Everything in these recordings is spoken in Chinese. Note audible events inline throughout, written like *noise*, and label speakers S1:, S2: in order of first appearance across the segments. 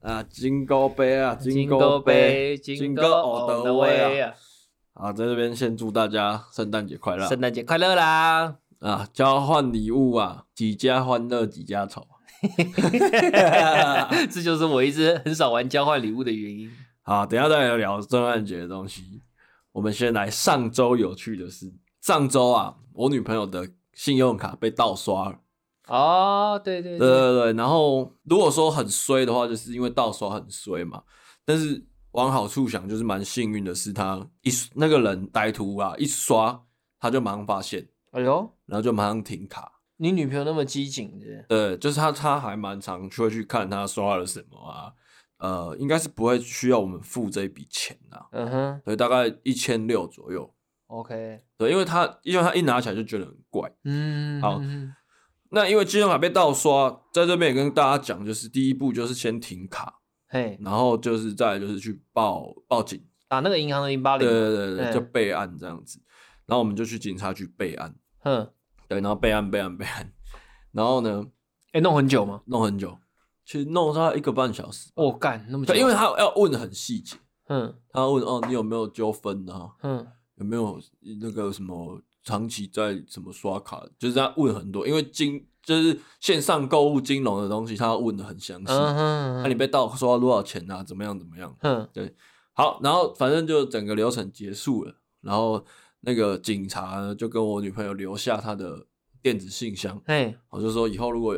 S1: 啊 Jingle Bell 啊，Jingle Bell，
S2: Jingle Bell,
S1: Jingle
S2: Jingle
S1: all
S2: all
S1: the
S2: the
S1: way
S2: way
S1: 啊
S2: 啊！
S1: 啊，在这边先祝大家圣诞节快乐
S2: 圣诞节快乐 *laughs* 啦！
S1: 啊！交换礼物啊，几家欢乐几家愁。 *laughs*
S2: 这就是我一直很少玩交换礼物的原因。
S1: 好，等一下再来聊圣诞节的东西。我们先来上周有趣的事。上周啊，我女朋友的信用卡被盗刷了。
S2: 哦，对对
S1: 对对对，然后如果说很衰的话，就是因为盗刷很衰嘛。但是往好处想，就是蛮幸运的是，他一那个人歹徒啊，一刷他就马上发现，
S2: 哎呦，
S1: 然后就马上停卡。
S2: 你女朋友那么机警的，
S1: 对，就是他他还蛮常会去看他刷了什么啊，呃，应该是不会需要我们付这一笔钱啊，
S2: 嗯哼
S1: 对，大概一千六左右。
S2: ，OK，
S1: 对，因为他因为他一拿起来就觉得很怪。
S2: 嗯，
S1: 好
S2: 嗯
S1: 那因为信用卡被盗刷，在这边也跟大家讲，就是第一步就是先停卡，
S2: 嘿，
S1: 然后就是再来就是去报报警，
S2: 打那个银行的零八
S1: 对
S2: 零，
S1: 对对对，
S2: 嗯
S1: 就备案这样子。然后我们就去警察局备案，
S2: 哼，
S1: 对，然后备案备案备案，然后呢
S2: 哎，弄很久吗？
S1: 弄很久，其实弄了他一个半小时吧。
S2: 我干，那么久，啊
S1: 对，因为他要问得很细节，
S2: 嗯
S1: 他要问哦你有没有纠纷啊，
S2: 嗯
S1: 有没有那个什么长期在什么刷卡，就是他问很多，因为金就是线上购物金融的东西，他要问的很详细。那、
S2: 嗯
S1: 你
S2: 哼，
S1: 被盗刷多少钱啊？怎么样怎么样？
S2: 哼，
S1: 好，然后反正就整个流程结束了，然后那个警察呢就跟我女朋友留下他的电子信箱，
S2: 嘿，
S1: 我就说以后如果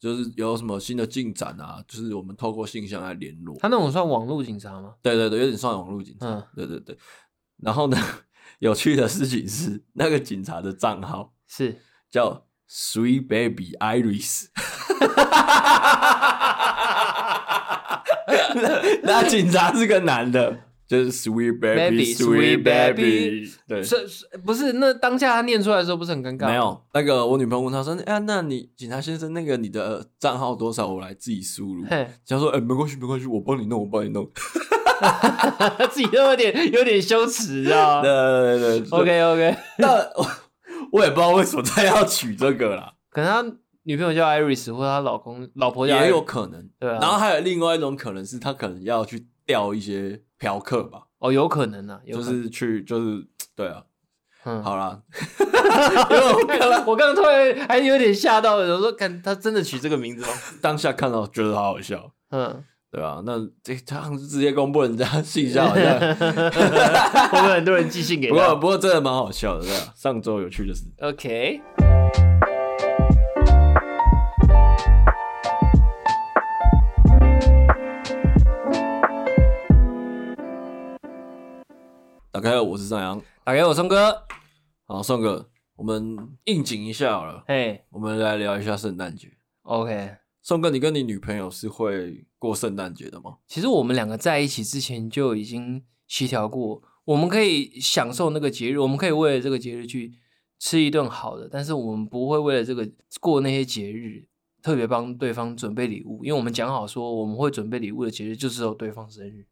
S1: 就是有什么新的进展啊，就是我们透过信箱来联络。
S2: 他那种算网络警察吗？
S1: 对对对，有点算网络警察，
S2: 嗯
S1: 对对对。然后呢， *laughs* 有趣的事情是，那个警察的账号
S2: 是，
S1: 叫 Sweet Baby Iris，那警察是个男的，就是 Sweet Baby
S2: Baby,
S1: Sweet
S2: Sweet
S1: Baby，
S2: Baby
S1: 对。
S2: 是是不是？那当下他念出来的时候不是很尴尬？
S1: 没，有，那个我女朋友问他说：“哎、那你警察先生，那个你的账号多少？我来自己输入。”
S2: 嘿，
S1: 他说：“哎、没关系，没关系，我帮你弄，我帮你弄。
S2: 他自己都有点有点羞耻
S1: *laughs*
S2: 啊
S1: 对”。对对对对
S2: OK OK，
S1: 那 *laughs* 我我也不知道为什么他要取这个啦，
S2: *laughs* 可能他女朋友叫 Iris，或者他老公老婆叫
S1: 也有
S2: Iris
S1: 可能。
S2: 对啊
S1: 然后还有另外一种可能是他可能要去钓一些嫖客吧，
S2: 哦，有可能啊，有
S1: 就
S2: 可能
S1: 是去就是对啊，
S2: 嗯
S1: 好啦，
S2: 因为我刚刚我刚刚突然还有点吓到，我说看他真的取这个名字吗？
S1: 当下看到觉得好好笑，
S2: 嗯，
S1: 对啊，那这、他好像是直接公布人家信箱，好像
S2: *laughs* 会不会很多人寄信给
S1: 不过
S2: 他
S1: 不过真的蛮好笑的，对啊，上周有趣的事。
S2: ？OK，
S1: 打开了，我是张扬，
S2: 打给我松哥，
S1: 好，宋哥，我们应景一下好了，
S2: 嘿
S1: 我们来聊一下圣诞节。
S2: ，OK。
S1: 宋哥，你跟你女朋友是会过圣诞节的吗？
S2: 其实我们两个在一起之前就已经协调过，我们可以享受那个节日，我们可以为了这个节日去吃一顿好的，但是我们不会为了这个过那些节日特别帮对方准备礼物，因为我们讲好说我们会准备礼物的节日就只有对方生日，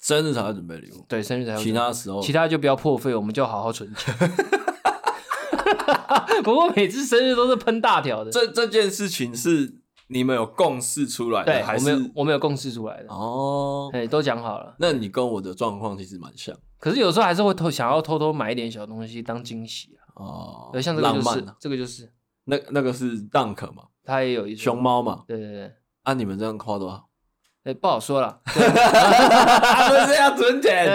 S1: 生日才会准备礼物，
S2: 对，生日才会
S1: 其
S2: 准备
S1: 他时候
S2: 其他就不要破费，我们就好好存钱。 *laughs* 不过每次生日都是喷大条的，
S1: 这这件事情是你们有共识出来
S2: 对
S1: 的，还
S2: 我
S1: 是
S2: 们有我们有共识出来的，
S1: 哦？
S2: 哎、都讲好了。
S1: 那你跟我的状况其实蛮像
S2: 可是有时候还是会偷想要偷偷买一点小东西当惊喜啊。
S1: 哦，
S2: 对，像这个
S1: 浪
S2: 就
S1: 漫
S2: 是
S1: 啊，
S2: 这个就是，
S1: 那那个是 Dunk 嘛，
S2: 他也有一种
S1: 熊。猫嘛，
S2: 对对对，
S1: 按、你们这样花多
S2: *laughs*
S1: 少？
S2: 哎，不好说了。
S1: 他们是要存
S2: *laughs*
S1: 钱，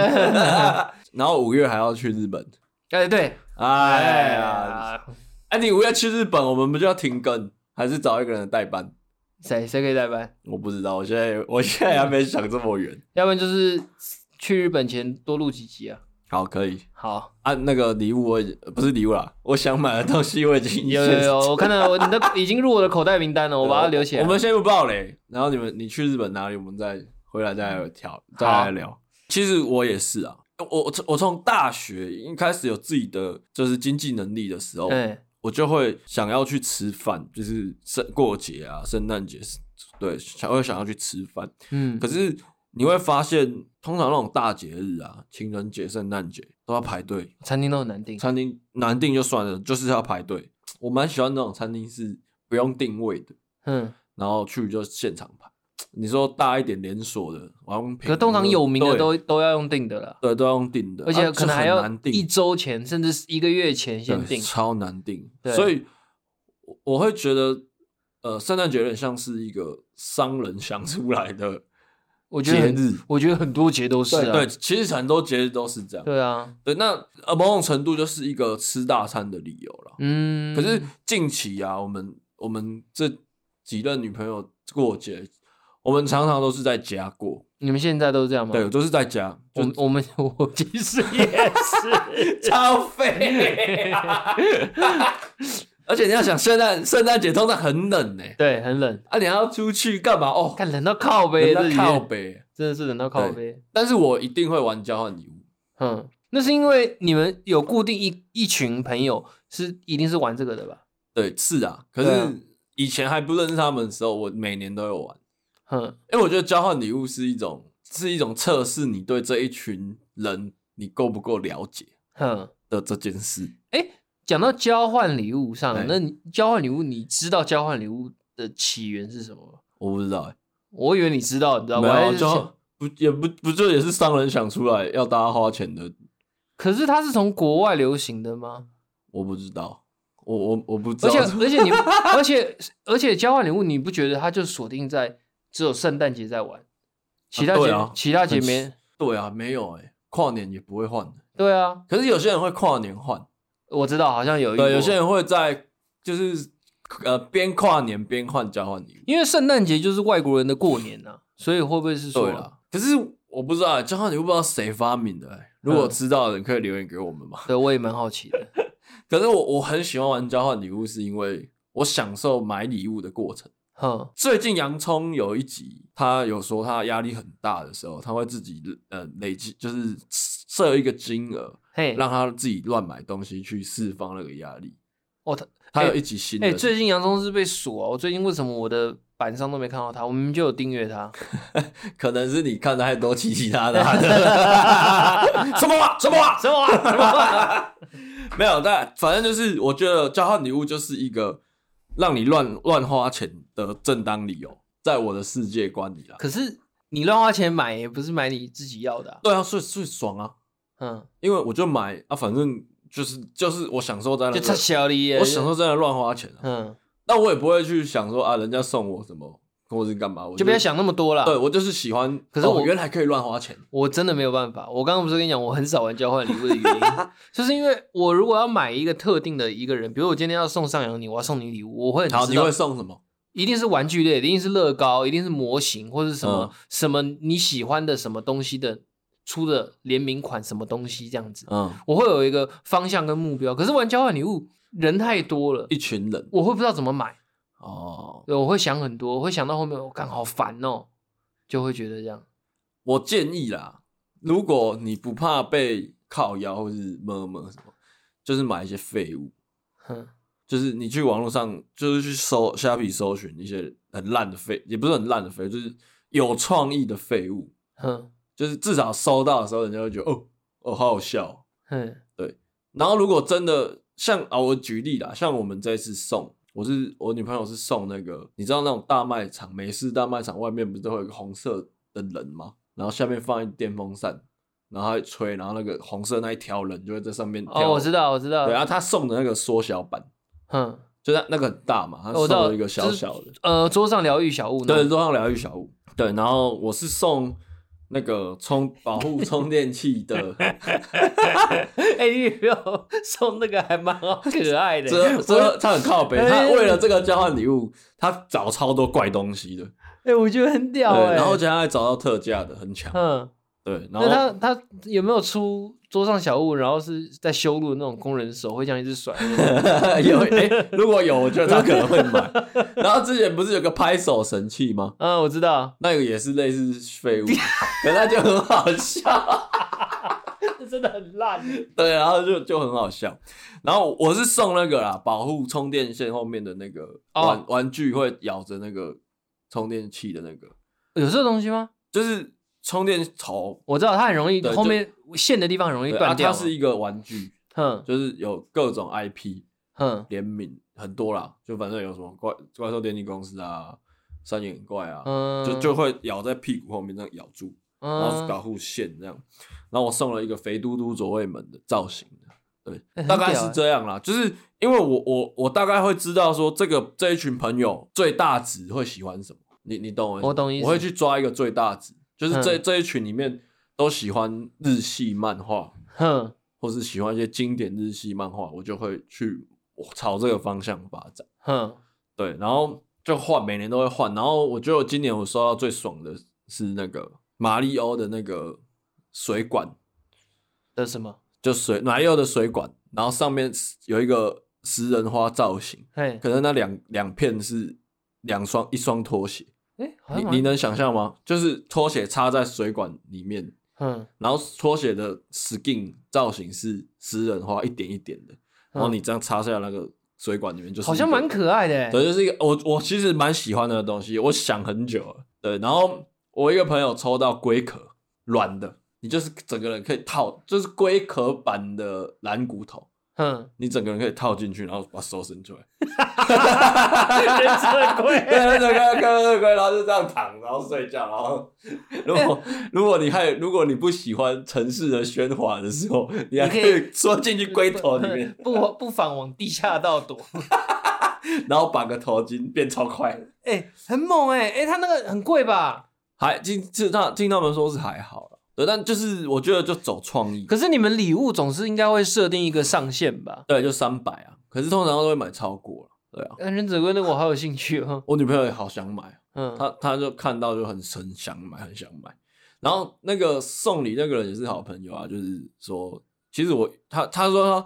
S1: 然后五月还要去日本，
S2: 哎，对，
S1: 哎呀，，哎、你五月去日本，我们不就要停更，还是找一个人代班？
S2: 谁谁可以代班？
S1: 我不知道，我现在我现在还没想这么远。
S2: 要不然就是去日本前多录几集啊。
S1: 好，可以。
S2: 好，
S1: 按、那个礼物我已呃不是礼物啦，我想买的东西我已经
S2: 有有有，我看到我你的已经入我的口袋名单了，我把它留起来。
S1: 我们先不爆雷，然后你们你去日本哪里，我们再回来再来
S2: 嗯
S1: 聊，再来聊。其实我也是啊，我我我从大学一开始有自己的就是经济能力的时候，
S2: 哎，
S1: 我就会想要去吃饭，就是圣过节啊，圣诞节，对，想会想要去吃饭。
S2: 嗯
S1: 可，是你会发现，通常那种大节日啊，情人节、圣诞节都要排队，
S2: 餐厅都很难订。
S1: 餐厅难订就算了，就是要排队。我蛮喜欢那种餐厅是不用定位的，
S2: 嗯，
S1: 然后去就现场排。你说大一点连锁的，好像
S2: 可通常有名的
S1: 对
S2: 都都要用定的了，
S1: 对都要用订的，
S2: 而且
S1: 啊
S2: 可能
S1: 这
S2: 还
S1: 很
S2: 要
S1: 难订
S2: 一周前甚至是一个月前先
S1: 对
S2: 定。
S1: 超难定。
S2: 对
S1: 所以我我会觉得，呃，圣诞节有点像是一个商人想出来的
S2: 我觉
S1: 节
S2: 得很，
S1: 日。
S2: 我觉得很多节都 *laughs* 是
S1: 对
S2: 啊，
S1: 对，其实很多节日都是这样。
S2: 对啊，
S1: 对，那呃，某种程度就是一个吃大餐的理由了。
S2: 嗯。
S1: 可是近期啊，我们我们这几任女朋友过节，我们常常都是在家过，
S2: 你们现在都这样吗？
S1: 对，，都是在家，
S2: 嗯我
S1: 就
S2: 们我们 *laughs* 我其实也
S1: *laughs*
S2: 是，
S1: 超废。啊而且你要想，圣诞圣诞节通常很冷呢、
S2: *laughs* 对，很冷，
S1: 啊，你还要出去干嘛？哦，
S2: 看冷到靠背，这
S1: 人
S2: 几
S1: 家
S2: 天
S1: 靠北。
S2: 真的是冷到靠背。
S1: 但是我一定会玩交换礼物，
S2: 嗯，那是因为你们有固定一一群朋友是一定是玩这个的吧？
S1: 对，是啊。可
S2: 对啊
S1: 是以前还不认识他们的时候，我每年都有玩。
S2: 哼，
S1: 因为我觉得交换礼物是一种是一种测试你对这一群人你够不够了解
S2: 哼。
S1: 的这件事。
S2: 讲到交换礼物上
S1: 哎，
S2: 那你交换礼物，你知道交换礼物的起源是什么吗？
S1: 我不知道、欸，
S2: 我以为你知道，你知道
S1: 没
S2: 吗？我还
S1: 有
S2: 是
S1: 就
S2: 想
S1: 不也不不就也是商人想出来要大家花钱的，
S2: 可是它是从国外流行的吗？
S1: 我不知道，我我我不知
S2: 而且
S1: 道， *laughs*
S2: 而且你，而且而且交换礼物，你不觉得它就锁定在只有圣诞节在玩，其他
S1: 对
S2: 节、
S1: 啊
S2: 其他节
S1: 很
S2: 没？
S1: 对啊，没有哎、跨年也不会换的，
S2: 对啊，
S1: 可是有些人会跨年换，
S2: 我知道，好像有一波
S1: 对，有些人会在就是呃边跨年边换交换礼物，
S2: 因为圣诞节就是外国人的过年呐、所以会不会是说
S1: 对啦，可是我不知道、欸、交换礼物不知道谁发明的、欸，如果
S2: 嗯
S1: 知道的人可以留言给我们吗？
S2: 对，我也蛮好奇的。
S1: 可是我我很喜欢玩交换礼物，是因为我享受买礼物的过程。
S2: 哼，
S1: 最近洋葱有一集，他有说他压力很大的时候，他会自己呃累积，就是设一个金额，
S2: 嘿，
S1: 让他自己乱买东西去释放那个压力。
S2: 哦，他
S1: 他有一集新的，
S2: 哎、最近洋葱是被锁啊，我最近为什么我的板上都没看到他？我明明就有订阅他。
S1: 可能是你看太多其他的，啊
S2: *laughs*
S1: 什么话什么话
S2: *laughs* 什么、啊？什么、啊？
S1: 没有，但反正就是我觉得交换礼物就是一个让你乱乱花钱的正当理由，在我的世界观里啦。
S2: *laughs* 可是你乱花钱买，也不是买你自己要的啊、
S1: 对啊，所以所以爽啊，
S2: 嗯，
S1: 因为我就买啊，反正就是就是我享受在那
S2: 就
S1: 个，
S2: 他小的耶，
S1: 我享受在那乱花钱啊，
S2: 嗯，
S1: 那我也不会去想说啊，人家送我什么或是干嘛，我
S2: 就不要，想那么多啦。
S1: 对我就是喜欢，
S2: 可是
S1: 哦
S2: 我
S1: 原来可以乱花钱，
S2: 我真的没有办法。我刚刚不是跟你讲，我很少玩交换礼物
S1: *laughs*
S2: 的原因，就是因为我如果要买一个特定的一个人，比如我今天要送上扬你，我要送你礼物，我会很
S1: 好，
S2: 知
S1: 你
S2: 道
S1: 会送什么？
S2: 一定是玩具类的，一定是乐高，一定是模型或者什么、
S1: 嗯
S2: 什么你喜欢的什么东西的出的联名款什么东西这样子，
S1: 嗯，
S2: 我会有一个方向跟目标。可是玩交换礼物人太多了，
S1: 一群人
S2: 我会不知道怎么买，
S1: 哦。
S2: 对我会想很多，我会想到后面我干好烦哦，就会觉得这样。
S1: 我建议啦，如果你不怕被靠腰或是么么什么，就是买一些废物，
S2: 哼，
S1: 就是你去网络上，就是去搜虾皮搜寻一些很烂的废，也不是很烂的废物，就是有创意的废物，
S2: 哼，
S1: 就是至少收到的时候，人家会觉得哦哦好好笑哦。
S2: 哼，
S1: 然后如果真的像啊，我举例啦，像我们这一次送，我是我女朋友是送那个，你知道那种大卖场美式大卖场外面不是都会有一个红色的人吗？然后下面放一电风扇，然后它会吹，然后那个红色那一条人就会在上面跳。
S2: 哦，我知。道，我知道，
S1: 对，然后他送的那个缩小版，嗯
S2: 哼，
S1: 就是那个很大嘛，他
S2: 哦
S1: 送
S2: 我知道
S1: 了一个小
S2: 就是
S1: 小的。
S2: 呃，桌上疗愈小物呢，
S1: 对，桌上疗愈小物。对，然后我是送那个充保护充电器的
S2: *laughs* 哎、你不要送那个还蛮好可爱的，
S1: 这这他很靠
S2: *laughs*
S1: 北，
S2: 哎
S1: 他为了这个交换礼物，他找超多怪东西的，
S2: 哎、我觉得很屌哎、
S1: 对，然后加还找到特价的，很强，
S2: 嗯，
S1: 对，然
S2: 那
S1: 后
S2: 他他有没有出桌上小物，然后是在修路的那种工人手会这样一直
S1: *laughs*
S2: 甩？
S1: 有哎、如果有，我觉得他可能会买。
S2: *laughs*
S1: 然后之前不是有个拍手神器吗？
S2: 嗯，我知道，
S1: 那个也是类似废
S2: *laughs*
S1: 物，可那就很好笑，
S2: 真的很烂。
S1: 对，然后就就很好笑。然后我是送那个啦，保护充电线后面的那个
S2: 哦
S1: 玩、玩具会咬着那个充电器的那个，
S2: 有这东西吗？
S1: 就是充电头
S2: 我知道它很容易
S1: 对就
S2: 后面线的地方很容易
S1: 对
S2: 断掉
S1: 啊。
S2: 嘛。
S1: 它是一个玩具，
S2: 哼
S1: 就是有各种 IP
S2: 哼
S1: 联名很多啦，就反正有什么怪怪兽电力公司啊，三眼怪啊，
S2: 嗯，
S1: 就就会咬在屁股后面这样咬住，然后保
S2: 嗯，
S1: 护线这样。然后我送了一个肥嘟嘟左卫门的造型的，
S2: 欸
S1: 对，
S2: 很
S1: 大概
S2: 屌
S1: 是
S2: 欸
S1: 这样啦。就是因为我我我大概会知道说这个这一群朋友最大值会喜欢什么，你你懂我意思吗？
S2: 我懂意思
S1: 我会去抓一个最大值，就是这、
S2: 嗯
S1: 这一群里面都喜欢日系漫画，
S2: 哼
S1: 或是喜欢一些经典日系漫画，我就会去朝这个方向发展。
S2: 哼，
S1: 对，然后就换，每年都会换。然后我觉得今年我收到最爽的是那个马里欧的那个水管，
S2: 的什么？
S1: 就水马里欧的水管，然后上面有一个食人花造型，
S2: 嘿，
S1: 可能那两两片是两双一双拖鞋，
S2: 哎，好
S1: 你
S2: 像
S1: 你
S2: 蛮
S1: 能想象吗？就是拖鞋插在水管里面，
S2: 哼，
S1: 然后拖鞋的 skin 造型是食人花一点一点的，然后你这样插在那个水管里面，就是
S2: 嗯好像
S1: 一个
S2: 蛮可爱的欸，
S1: 对，就是一个我我其实蛮喜欢的东西，我想很久了。对，然后我一个朋友抽到龟壳软的，你就是整个人可以套，就是龟壳版的蓝骨头，
S2: 哼， *laughs*
S1: 你整个人可以套进去，然后把手伸出来，
S2: 忍者
S1: 对，
S2: 龟，
S1: 整个人跟龟，然后就这样躺，然后睡觉，然后如果
S2: *laughs*
S1: 如果你还如果你不喜欢城市的喧哗的时候，你还
S2: 你
S1: 可
S2: 可以
S1: 以缩进
S2: *laughs*
S1: 去龟头里面，
S2: 不不不妨往地下道躲，
S1: 然后绑个头巾变超快。
S2: *laughs* 哎，很猛哎，哎，它那个很贵吧？
S1: 还听听他听他们说是还好了，对，但就是我觉得就走创意，
S2: 可是你们礼物总是应该会设定一个上限吧？
S1: 对，就三百啊。可是通常都会买超过了，对啊。
S2: 那呃忍者龟那个我好有兴趣哦，
S1: 我女朋友也好想买，啊
S2: 嗯，
S1: 她她就看到就很很想买，很想买。然后那个送礼那个人也是好朋友啊，就是说，其实我他他说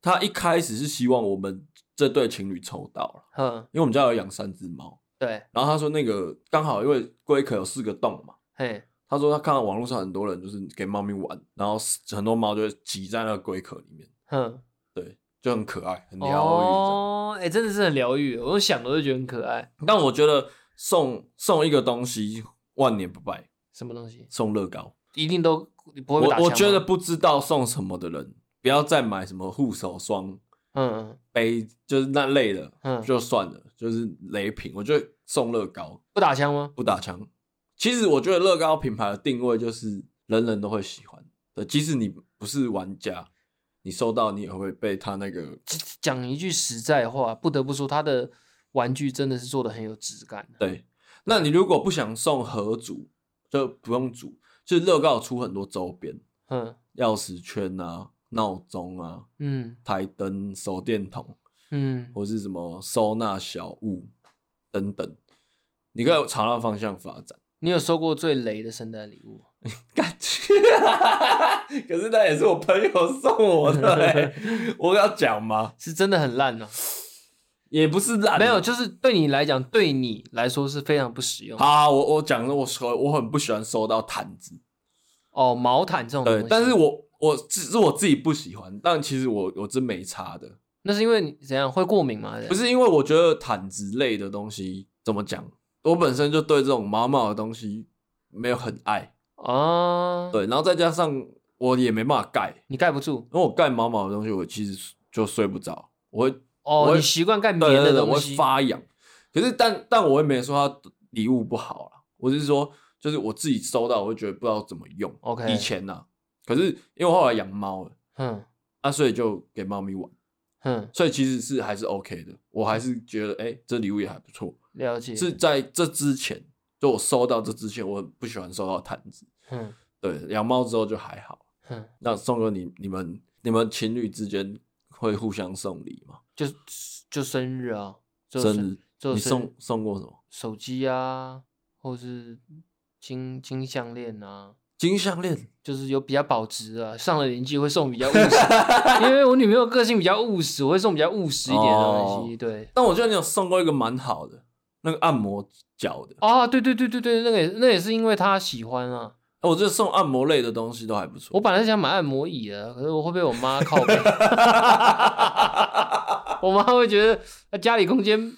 S1: 他他一开始是希望我们这对情侣抽到了，
S2: 哼，
S1: 因为我们家有养三只猫。
S2: 嗯对，
S1: 然后他说那个刚好因为龟壳有四个洞嘛，
S2: 嘿，
S1: 他说他看到网络上很多人就是给猫咪玩，然后很多猫就会挤在那个龟壳里面，
S2: 哼，
S1: 对，就很可爱，很疗愈这样。
S2: 嗯哦，哎，真的是很疗愈，我想了就觉得很可爱。
S1: 但我觉得送送一个东西万年不败，
S2: 什么东西
S1: 送乐高。
S2: 一定都你不会被打
S1: 我我
S2: 枪
S1: 觉得
S2: 吗，
S1: 不知道送什么的人，不要再买什么护手霜、
S2: 嗯，
S1: 杯，就是那类的，
S2: 嗯
S1: 就算了，就是雷品。我觉得送乐高
S2: 不打枪吗？
S1: 不打枪。其实我觉得乐高品牌的定位就是人人都会喜欢对，即使你不是玩家，你收到你也会被他那个
S2: 讲一句实在话，不得不说，它的玩具真的是做的很有质感。啊
S1: 对，那你如果不想送盒组，就不用组。就是乐高有出很多周边，
S2: 嗯
S1: 钥匙圈啊、闹钟啊、
S2: 嗯
S1: 台灯、手电筒，
S2: 嗯，
S1: 或是什么收纳小物等等，你可以朝那方向发展。
S2: 你有收过最雷的圣诞礼物吗？
S1: 感觉， *laughs* 可是那也是我朋友送我的、
S2: *laughs*
S1: 欸，我要讲吗？
S2: 是真的很烂呢、
S1: 也不是烂，
S2: 没有，。就是对你来讲，对你来说是非常不实用。
S1: 好啊，我我讲了，我说我很不喜欢收到毯子，
S2: 哦，毛毯这种东
S1: 对
S2: 西，，
S1: 但是我我只是我自己不喜欢，但其实我我真没差的，
S2: 那是因为你怎样会过敏吗？
S1: 不是因为我觉得毯子类的东西怎么讲，我本身就对这种毛毛的东西没有很爱，
S2: 啊，，
S1: 对，然后再加上我也没办法盖，
S2: 你盖不住
S1: 因为我盖毛毛的东西，我其实就睡不着，我会我
S2: 哦，
S1: 会
S2: 你习惯盖棉
S1: 对对
S2: 的
S1: 对，
S2: 东
S1: 我
S2: 西
S1: 会发痒。可是但但我也没说他礼物不好啦，我是说就是我自己收到，我会觉得不知道怎么用。
S2: OK
S1: 以前呐、可是因为我后来养猫了，
S2: 嗯
S1: 啊，所以就给猫咪玩，
S2: 嗯，
S1: 所以其实是还是 OK 的，我还是觉得哎、诶这礼物也还不错。
S2: 了解
S1: 是在这之前，就我收到这之前，我很不喜欢收到毯子。
S2: 嗯
S1: 对，养猫之后就还好。
S2: 嗯，
S1: 那宋哥，你你们你们情侣之间会互相送礼吗？
S2: 就就生日啊，就
S1: 生日，
S2: 就
S1: 你
S2: 生
S1: 送送过什么？
S2: 手机啊，或是金金项链啊，
S1: 金项链。
S2: 就是有比较保值啊。上了年纪会送比较务实，
S1: *laughs*
S2: 因为我女朋友个性比较务实，我会送比较务实一点的东
S1: 哦
S2: 西。对，
S1: 但我觉得你有送过一个蛮好的，那个按摩脚的。
S2: 啊，对对对对对，那个也那也是因为她喜欢啊。
S1: 哎我觉得送按摩类的东西都还不错。
S2: 我本来是想买按摩椅的，可是我会被我妈靠背， *laughs* 我妈会觉得啊家里空间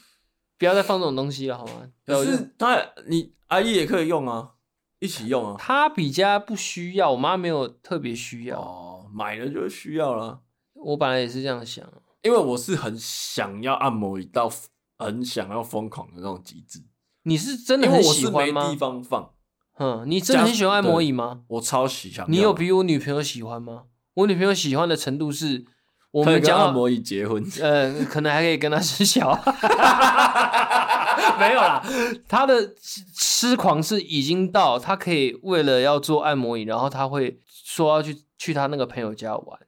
S2: 不要再放这种东西了，好吗？
S1: 可是他你阿姨也可以用啊，一起用啊。
S2: 她比较不需要，我妈没有特别需要。
S1: 哦，买了就需要啦。
S2: 我本来也是这样想，啊
S1: 因为我是很想要按摩椅到很想要疯狂的那种极致，
S2: 你是真的
S1: 因为
S2: 很
S1: 我
S2: 喜
S1: 是
S2: 欢
S1: 没
S2: 吗
S1: 地？方放，
S2: 嗯，你真的很喜欢按摩椅吗？
S1: 我超喜欢。
S2: 你有比我女朋友喜欢吗？我女朋友喜欢的程度是，我
S1: 他
S2: 们
S1: 跟
S2: 讲
S1: 按
S2: 到
S1: 摩椅结婚？
S2: 呃，可能还可以跟她生小 *laughs* 孩，没有啦，她的痴痴狂是已经到她可以为了要做按摩椅，然后她会说要去去她那个朋友家玩，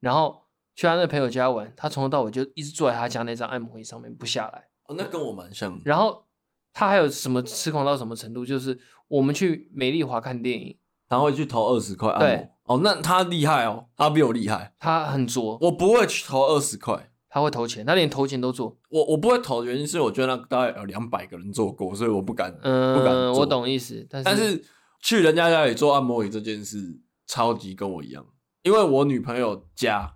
S2: 然后去她那个朋友家玩，她从头到尾就一直坐在她家那张按摩椅上面不下来。
S1: 哦，那跟我蛮像的。
S2: 然后他还有什么痴狂到什么程度？就是我们去美丽华看电影，
S1: 他会去投二十块按
S2: 对
S1: 摩。哦，那他厉害哦，他比我厉害。
S2: 他很作，
S1: 我不会去投二十块，
S2: 他会投钱，他连投钱都做。
S1: 我我不会投的原因是我觉得那大概有两百个人做过，所以我不敢。不敢
S2: 嗯，
S1: 做
S2: 我懂意思，但是
S1: 但是去人家家里做按摩椅这件事，超级跟我一样，因为我女朋友家，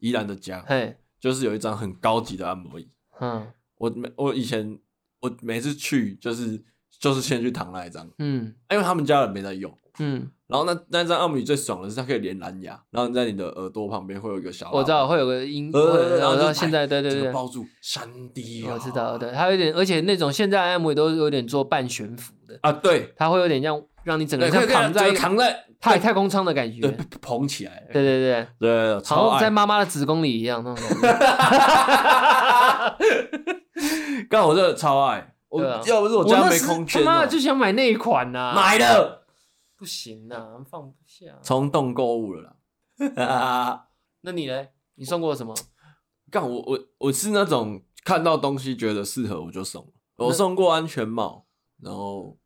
S1: 宜兰的家，
S2: 嘿，
S1: 就是有一张很高级的按摩椅。
S2: 嗯
S1: 我每我以前我每次去就是就是先去躺那一张，
S2: 嗯
S1: 因为他们家人没在用。
S2: 嗯，
S1: 然后那那张按摩椅最爽的是它可以连蓝牙，然后你在你的耳朵旁边会有一个小喇叭，
S2: 我知道会有个音，
S1: 呃，
S2: 我
S1: 然后
S2: 知
S1: 就啊
S2: 道
S1: 是
S2: 现在对对
S1: 整个
S2: 对，
S1: 抱住山地、
S2: 我知道，对，他有点，而且那种现在按摩也都有点做半悬浮的，
S1: 啊，对，
S2: 他会有点像让你整个
S1: 对，
S2: 人
S1: 可
S2: 像
S1: 以
S2: 躺在
S1: 可以躺在
S2: 太太空舱的感觉，
S1: 对
S2: 对
S1: 捧起来，对
S2: 对对，
S1: 对，超
S2: 好像在
S1: 爱。
S2: 妈妈的子宫里一样那种感觉。
S1: 干我真的超爱，我
S2: 对啊
S1: 要不 *laughs* 是我
S2: 我
S1: 家
S2: 那
S1: 没
S2: 时
S1: 空
S2: 他
S1: 间
S2: 妈
S1: 哦，
S2: 的就想买那一款呐，
S1: 买了，
S2: 不行啊，放不下。
S1: 冲动购物了啦。 *laughs*
S2: 那你呢？你送过什么？
S1: 干我我我是那种看到东西觉得适合我就送，我送过安全帽，然后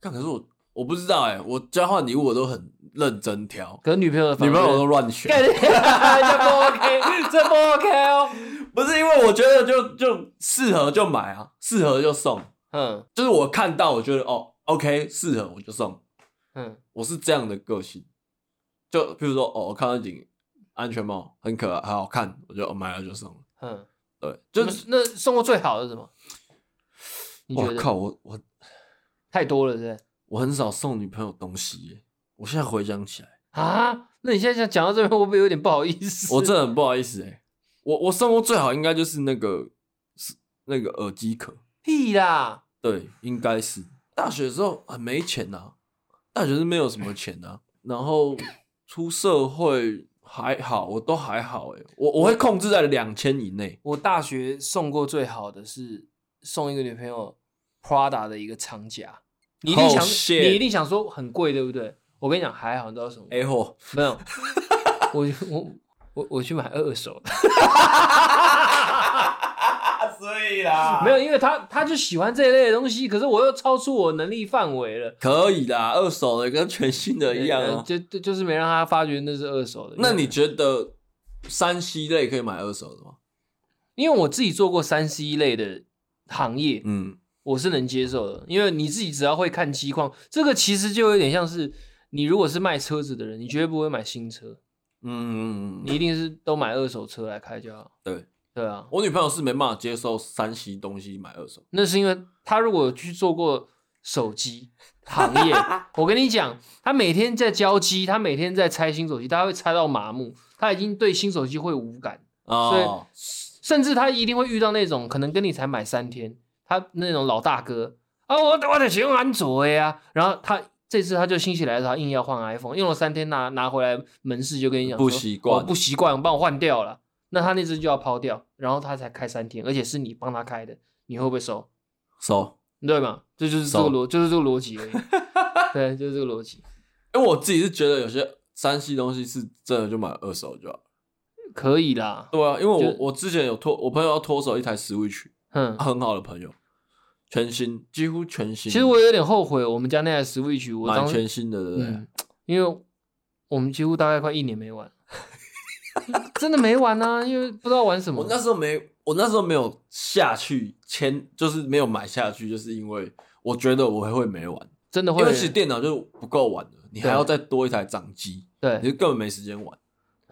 S1: 干可是我我不知道哎、我交换礼物我都很认真挑，
S2: 可是女朋友的反
S1: 女
S2: 而
S1: 朋友都
S2: 觉
S1: 乱选，
S2: 得 *laughs* 干这不 OK，这不 OK 哦。
S1: 不是因为我觉得就就适合就买啊，适合就送，
S2: 嗯
S1: 就是我看到我觉得哦 OK 适合我就送，
S2: 嗯
S1: 我是这样的个性，就譬如说哦我看到一顶安全帽很可爱很好看，我就、哦、买了就送了，
S2: 嗯，
S1: 对，
S2: 就
S1: 就是
S2: 那送过最好的是什么？你觉
S1: 我
S2: 得
S1: 靠我我
S2: 太多了，是不是？
S1: 我很少送女朋友东西耶，我现在回想起来，
S2: 啊？那你现在想讲到这边，会不会有点不好意思？
S1: 我真的很不好意思哎。我我送过最好应该就是那个是那个耳机壳，
S2: 屁啦！
S1: 对，应该是大学的时候很没钱呐、大学是没有什么钱呐、然后出社会还好，我都还好哎，我我会控制在两千以内。
S2: 我大学送过最好的是送一个女朋友 Prada 的一个长夹，你一定
S1: Oh
S2: 想
S1: shit
S2: 你一定想说很贵，对不对？我跟你讲，还好，你知道什么？
S1: 哎嚯，
S2: 没有，我我我我去买二手的，
S1: 所以啦
S2: 没有，因为他他就喜欢这一类的东西，可是我又超出我能力范围了，
S1: 可以啦，二手的跟全新的一样
S2: 呃
S1: 啊。
S2: 就就就是没让他发觉那是二手的。
S1: 那
S2: 因为
S1: 你觉得山西类可以买二手的吗？
S2: 因为我自己做过三 C 类的行业，
S1: 嗯，
S2: 我是能接受的，因为你自己只要会看机况，这个其实就有点像是你如果是卖车子的人，你绝对不会买新车，
S1: 嗯，
S2: 你一定是都买二手车来开就好。
S1: 对
S2: 对啊，
S1: 我女朋友是没办法接受山西东西买二手，
S2: 那是因为他如果有去做过手机行
S1: *laughs*
S2: 业，我跟你讲，他每天在交机，他每天在拆新手机，他会拆到麻木，他已经对新手机会无感，
S1: 哦，
S2: 甚至他一定会遇到那种可能跟你才买三天，他那种老大哥啊，我我得喜欢安卓的呀、然后他。这次他就心血来潮，他硬要换 iPhone，用了三天拿拿回来，门市就跟你讲说
S1: 不习惯
S2: 哦不习惯，帮我换掉了。那他那只就要抛掉，然后他才开三天，而且是你帮他开的，你会不会收？
S1: 收。
S2: 对嘛？这就是这个
S1: 熟
S2: 逻，就是这个逻辑
S1: *laughs*
S2: 而已。对，就是这个逻辑，
S1: 因为我自己是觉得有些山西东西是真的就买二手就好。
S2: 可以啦。
S1: 对啊，因为我
S2: 就
S1: 我之前有脱，我朋友要脱手一台 Switch，
S2: 嗯，
S1: 很好的朋友，全新，几乎全新。
S2: 其实我有点后悔，我们家那台 Switch，我
S1: 买
S2: 当
S1: 全
S2: 时
S1: 新的，对不啊对？
S2: 嗯，因为我们几乎大概快一年没玩， *laughs* 真的没玩呐、因为不知道玩什么
S1: 我。那时候没，我那时候没有下去签，就是没有买下去，就是因为我觉得我会没玩，
S2: 真的
S1: 因
S2: 会
S1: 为其实电脑就不够玩了，你还
S2: 对
S1: 要再多一台掌机，你
S2: 对，
S1: 就根本没时间玩。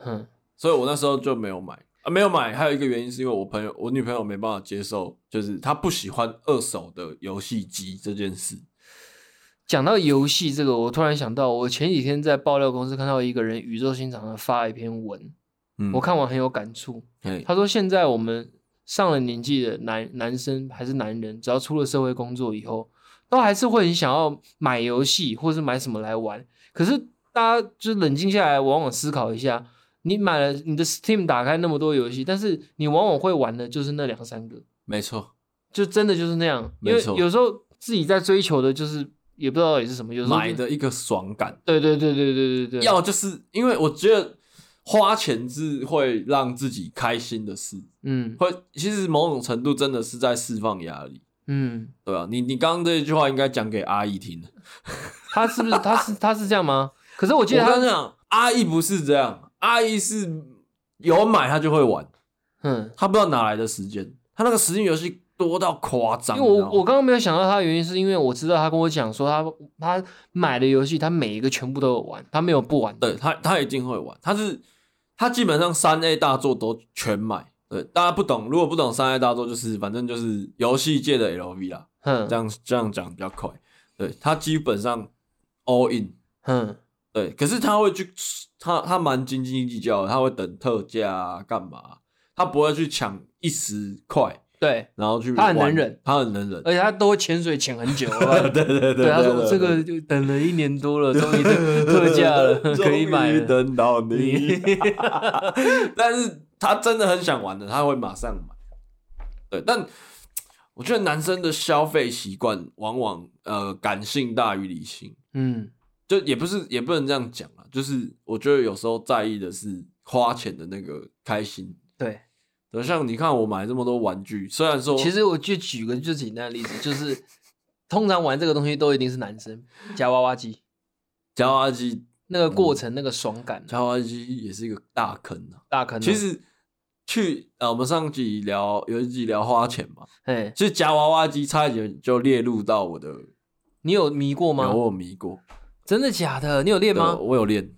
S2: 嗯
S1: 所以我那时候就没有买啊，没有买。还有一个原因是因为我朋友，我女朋友没办法接受，就是她不喜欢二手的游戏机这件事。
S2: 讲到游戏这个，我突然想到，我前几天在爆料公司看到一个人宇宙心长的发了一篇文，
S1: 嗯，
S2: 我看完很有感触。
S1: 嘿，
S2: 他说现在我们上了年纪的男男生还是男人，只要出了社会工作以后，都还是会很想要买游戏或是买什么来玩。可是大家就冷静下来，往往思考一下，你买了你的 Steam 打开那么多游戏，但是你往往会玩的就是那两三个，
S1: 没错，
S2: 就真的就是那样。因
S1: 没
S2: 为
S1: 错
S2: 有时候自己在追求的就是也不知道到底是什么，有时候就
S1: 买的一个爽感。
S2: 对对对对对对对，
S1: 要就是因为我觉得花钱是会让自己开心的事，
S2: 嗯
S1: 会其实某种程度真的是在释放压力，
S2: 嗯，
S1: 对啊，你你刚刚这一句话应该讲给阿姨听的。
S2: 他是不是他是他是这样吗？可是我记得
S1: 我跟
S2: 他
S1: 你讲，阿姨不是这样，阿姨是有买她就会玩，
S2: 嗯，
S1: 她不知道哪来的时间，她那个时间游戏多到夸张。
S2: 因为
S1: 你知
S2: 我
S1: 道吗
S2: 我刚刚没有想到他的原因，是因为我知道他跟我讲说他他买的游戏，他每一个全部都有玩，他没有不玩的。
S1: 对他，他一定会玩。他是他基本上三 A 大作都全买。对，大家不懂，如果不懂三 A 大作，就是反正就是游戏界的 LV 啦，
S2: 哼
S1: 这样这样讲比较快。对他基本上 all in。
S2: 哼
S1: 对，可是他会去，他他蛮斤斤计较的，他会等特价啊，干嘛啊、他不会去抢一时快，
S2: 对，
S1: 然后去
S2: 他很能
S1: 玩
S2: 忍，
S1: 他很能忍。
S2: 而且他都会潜水潜很久
S1: *laughs*
S2: 了。
S1: 对对对
S2: 对，他说
S1: 对
S2: 这个
S1: 对
S2: 就等了一年多了，终于特特价
S1: *laughs*
S2: 了，可以买
S1: 终于
S2: 了。
S1: 等到你。
S2: 你
S1: 但是他真的很想玩的，他会马上买。对，但我觉得男生的消费习惯往往呃感性大于理性，
S2: *laughs* 嗯
S1: 就也不是也不能这样讲啊，就是我觉得有时候在意的是花钱的那个开心。
S2: 对，
S1: 对，像你看我买这么多玩具，虽然说
S2: 其实我就举个最简单的例子，就是通常玩这个东西都一定是男生夹娃娃机，
S1: 夹娃娃机
S2: 那个过程那个爽感
S1: 夹娃娃机也是一个大坑啊。
S2: 大坑
S1: 嗯
S2: 啊。
S1: 其实去呃我们上集聊有一集聊花钱嘛，
S2: 哎，
S1: 其实夹娃娃机差一点就列入到我的
S2: 你有迷过
S1: 有我
S2: 吗？
S1: 有迷过，
S2: 真的假的？你有练吗嗯
S1: 对？我有练，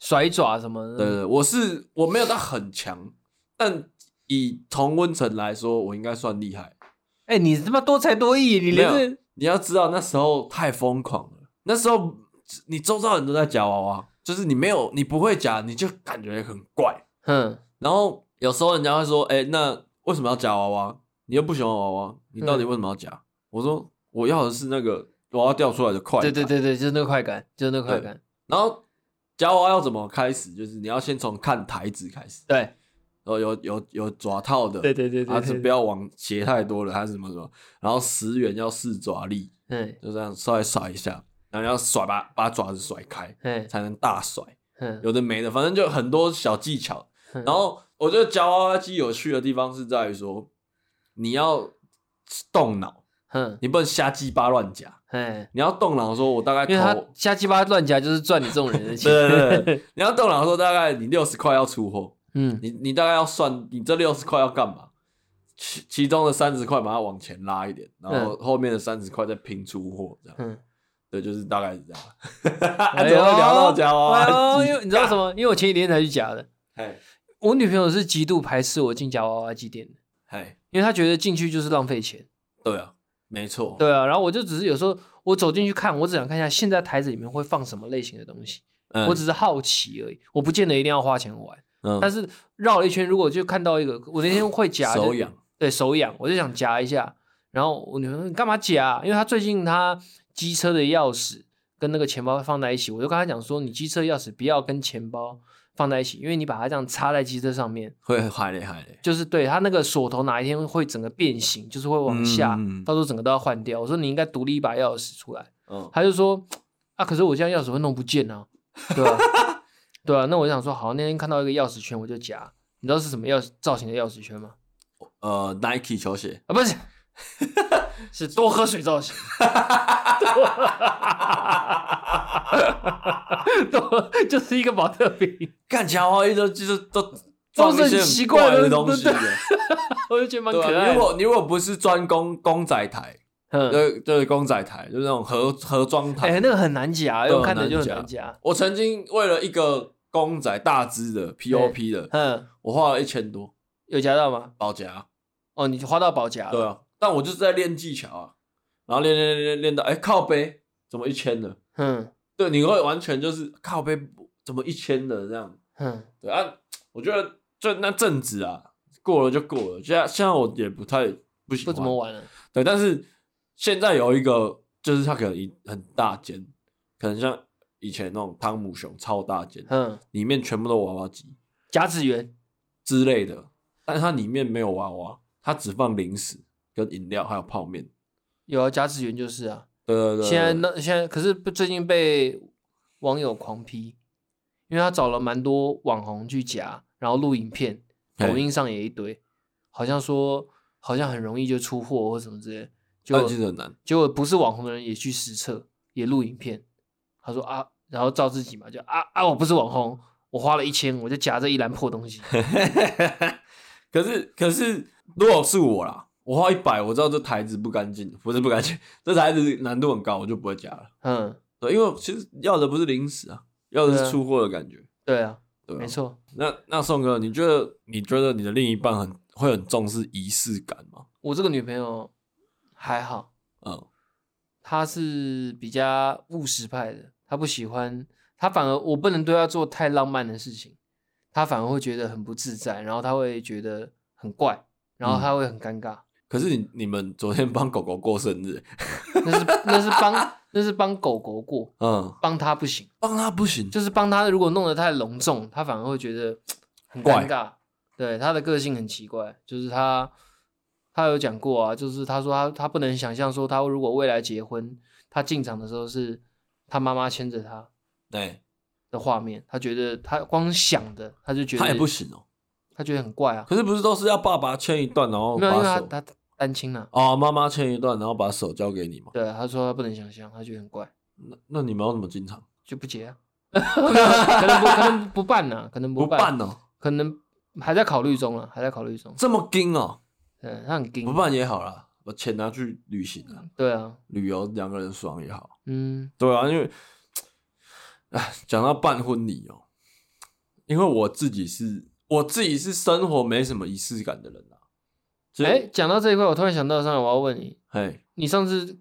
S2: 甩爪什么的？
S1: 对对对，我是我没有到很强，但以同温层来说，我应该算厉害。
S2: 哎、你他妈多才多艺，你
S1: 没
S2: 连
S1: 有
S2: 这，
S1: 你要知道那时候太疯狂了，那时候你周遭人都在夹娃娃，就是你没有你不会夹，你就感觉很怪。
S2: 哼
S1: 然后有时候人家会说：“哎、那为什么要夹娃娃？你又不喜欢娃娃，你到
S2: 嗯
S1: 底为什么要夹？”我说：“我要的是那个娃娃掉出来的快感。”
S2: 对对对对，就是那个快感，就是那个快
S1: 对
S2: 感，
S1: 然后夹娃娃要怎么开始？就是你要先从看台子开始，
S2: 对
S1: 然后有有有爪套的，
S2: 对对
S1: 它是不
S2: 要，
S1: 要往斜太多了，它是什么什么。然后十元要四爪力，
S2: 嗯
S1: 就这样稍微甩一下，然后要甩把把爪子甩开
S2: 嗯
S1: 才能大甩，
S2: 嗯，
S1: 有的没的，反正就很多小技巧。
S2: 然
S1: 然后我觉得夹娃娃机有趣的地方是在于说，你要动脑，
S2: 嗯
S1: 你不能瞎鸡巴乱夹，
S2: 哎，
S1: 你要动脑说，我大概
S2: 因为他 *laughs*
S1: 投。
S2: 瞎鸡巴乱夹就是赚你这种人的钱，
S1: 对对对，你要动脑说大概你六十块要出货，
S2: 嗯
S1: 你你大概要算你这六十块要干嘛？其其中的三十块把它往前拉一点，然后后面的三十块再拼出货，这样、
S2: 嗯，
S1: 对，就是大概是这
S2: *laughs*
S1: 样。 *laughs* 哎怎么会聊到夹娃
S2: 哎呦
S1: 娃
S2: 哎
S1: 机
S2: 呦你知道
S1: *laughs*
S2: 什么？因为我前几天才去夹的，
S1: 嘿，
S2: 我女朋友是极度排斥我进夹娃娃机店的，
S1: 嘿，
S2: 因为她觉得进去就是浪费钱。
S1: 对啊，没错，
S2: 对啊，然后我就只是有时候我走进去看，我只想看一下现在台子里面会放什么类型的东西，
S1: 嗯
S2: 我只是好奇而已，我不见得一定要花钱玩。
S1: 嗯
S2: 但是绕了一圈，如果就看到一个，我那天会夹
S1: 手痒，
S2: 对手痒，我就想夹一下。然后我女朋友说：“你干嘛夹？”啊因为她最近她机车的钥匙跟那个钱包放在一起，我就跟她讲说：“你机车钥匙不要跟钱包放在一起，因为你把它这样插在机车上面，
S1: 会害嘞害嘞，
S2: 就是对它那个锁头哪一天会整个变形，就是会往下，
S1: 嗯嗯嗯
S2: 到时候整个都要换掉。”我说：“你应该独立一把钥匙出来。”
S1: 嗯，
S2: 他就说啊，可是我这样钥匙会弄不见啊，对吧、 *laughs* 对啊，那我就想说，好，那天看到一个钥匙圈，我就夹，你知道是什么钥匙造型的钥匙圈吗？
S1: 呃，Nike 球鞋，
S2: 啊，不是， *laughs* 是多喝水造型，多就是一个保特瓶，
S1: 干夹娃娃机都就是都
S2: 都
S1: 放
S2: 是
S1: 一些
S2: 很
S1: 很
S2: 奇
S1: 怪
S2: 怪的
S1: 的东西
S2: 对
S1: 耶，
S2: 我就觉得蛮
S1: 对
S2: 可
S1: 啊，
S2: 爱
S1: 如
S2: 的。
S1: 果你如果不是专攻公仔台，
S2: 嗯，
S1: 对对，公仔台就是那种盒盒装
S2: 哎、
S1: 台，
S2: 那个很难夹，因
S1: 对啊
S2: 为我看着
S1: 很
S2: 就
S1: 难
S2: 很
S1: 夹
S2: 难夹。
S1: 我曾经为了一个公仔大只的 POP 的，
S2: 嗯，
S1: 我花了一千多
S2: 有夹到吗？
S1: 保夹。
S2: 哦，你花到保夹了。
S1: 对啊，但我就是在练技巧啊，然后练练练练练到哎、靠背怎么一千了？
S2: 嗯
S1: 对，你会完全就是靠背怎么一千了这样。
S2: 嗯
S1: 对啊，我觉得就那阵子啊，过了就过了。现在现在我也不太不喜
S2: 不
S1: 欢
S2: 怎么玩了。
S1: 对，但是现在有一个就是它可能一很大间，可能像以前那种汤姆熊超大间，
S2: 嗯，
S1: 里面全部都娃娃机
S2: 甲子园
S1: 之类的，但它里面没有娃娃，它只放零食跟饮料还有泡面。
S2: 有啊，甲子园就是啊。
S1: 对对对，
S2: 现在那现在可是最近被网友狂批，因为他找了蛮多网红去夹，然后录影片，
S1: 嘿
S2: 抖音上也一堆，好像说好像很容易就出货或什么之类的，就
S1: 但其实很难。
S2: 结果不是网红的人也去实测，也录影片。他说啊，然后照自己嘛，就啊啊，我不是网红，我花了一千，我就夹着一篮破东西。 *laughs*
S1: *laughs* 可是可是，如果是我啦，我花一百，我知道这台子不干净，不是不干净， *laughs* 这台子难度很高，我就不会加了。
S2: 嗯，
S1: 对，因为其实要的不是零食啊，要的
S2: 对啊
S1: 是出货的感觉。
S2: 对啊，
S1: 对啊
S2: 没错。
S1: 那那宋哥，你觉得你觉得你的另一半很会很重视仪式感吗？
S2: 我这个女朋友还好，
S1: 嗯，
S2: 她是比较务实派的，她不喜欢，她反而我不能对她做太浪漫的事情，她反而会觉得很不自在，然后她会觉得很怪，然后她会很尴尬。
S1: 可是你你们昨天帮狗狗过生日，
S2: 那是那是帮那是帮狗狗过，
S1: 嗯，
S2: 帮她不行。
S1: 帮他不行，
S2: 就是帮他如果弄得太隆重，他反而会觉得很尴尬。对他的个性很奇怪，就是他他有讲过啊，就是他说他他不能想象说他如果未来结婚，他进场的时候是他妈妈牵着他
S1: 对，
S2: 的画面，他觉得他光想的他就觉得
S1: 他也不，行哦、
S2: 他觉得很怪啊。
S1: 可是不是都是要爸爸牵一段，然后
S2: 没有，因为
S1: 把
S2: 他
S1: 手
S2: 他他单亲啊。
S1: 哦，妈妈牵一段，然后把手交给你嘛？
S2: 对，啊他说他不能想象，他觉得很怪，
S1: 那那你们要怎么进场？
S2: 就不
S1: *laughs*
S2: 结啊。可能不可能不办呐、可能
S1: 不
S2: 不办，
S1: 办哦、
S2: 可能还在考虑中啊，还在考虑中。
S1: 这么硬哦、
S2: 对，他很硬
S1: 不。办也好啦，把钱拿去旅行啊，
S2: 对啊，
S1: 旅游两个人爽也好。
S2: 嗯，
S1: 对啊，因为，哎，讲到办婚礼哦、因为我自己是我自己是生活没什么仪式感的人啊。
S2: 哎、讲到这一块，我突然想到，上来我要问你，
S1: 哎，
S2: 你上次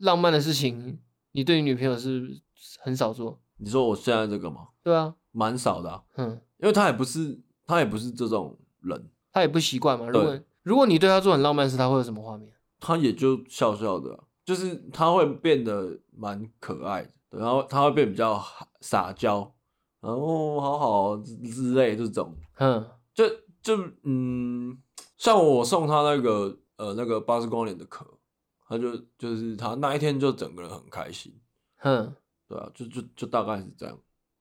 S2: 浪漫的事情，你对你女朋友是不是很少做？
S1: 你说我现在这个嘛，
S2: 对啊，
S1: 蛮少的、啊，
S2: 嗯，
S1: 因为他也不是他也不是这种人，
S2: 她也不习惯嘛。如果如果你对她做很浪漫的事，她会有什么画面？
S1: 他也就笑笑的啊、就是他会变得蛮可爱的，然后他会变比较撒娇，然后好好哦之之类这种，
S2: 嗯
S1: 就就嗯，像我送他那个呃那个八十光年的壳，他就就是他那一天就整个人很开心，
S2: 哼，
S1: 对啊，就就就大概是这样，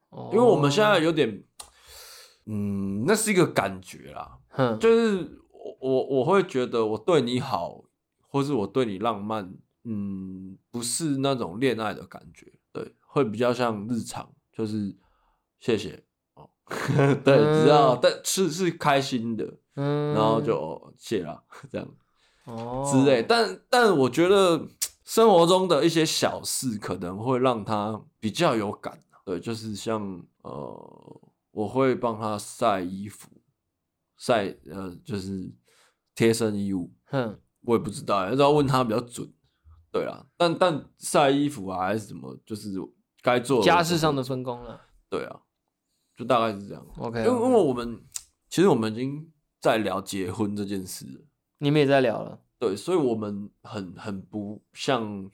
S2: 哦
S1: 因为我们现在，有点，嗯，那是一个感觉啦，
S2: 哼，
S1: 就是我我我会觉得我对你好，或是我对你浪漫，嗯，不是那种恋爱的感觉，对，会比较像日常，就是谢谢哦， *laughs* 对，
S2: 嗯
S1: 知道，但是是开心的，
S2: 嗯，
S1: 然后就、哦谢啦， *laughs* 这样
S2: 哦
S1: 之类。，但但我觉得生活中的一些小事可能会让他比较有感啊、对，就是像呃，我会帮他晒衣服，晒呃就是贴身衣物，
S2: 哼，
S1: 我也不知道欸，要问他比较准。对啊，但但晒衣服啊还是什么，就是该做的
S2: 家
S1: 我
S2: 事
S1: 都
S2: 上
S1: 会
S2: 的
S1: 做
S2: 分工了。嗯
S1: 对啊，就大概是这样。因
S2: OK，
S1: 为因为我们其实我们已经在聊结婚这件事了。
S2: 你们也在聊了，
S1: 对，所以我们很很不像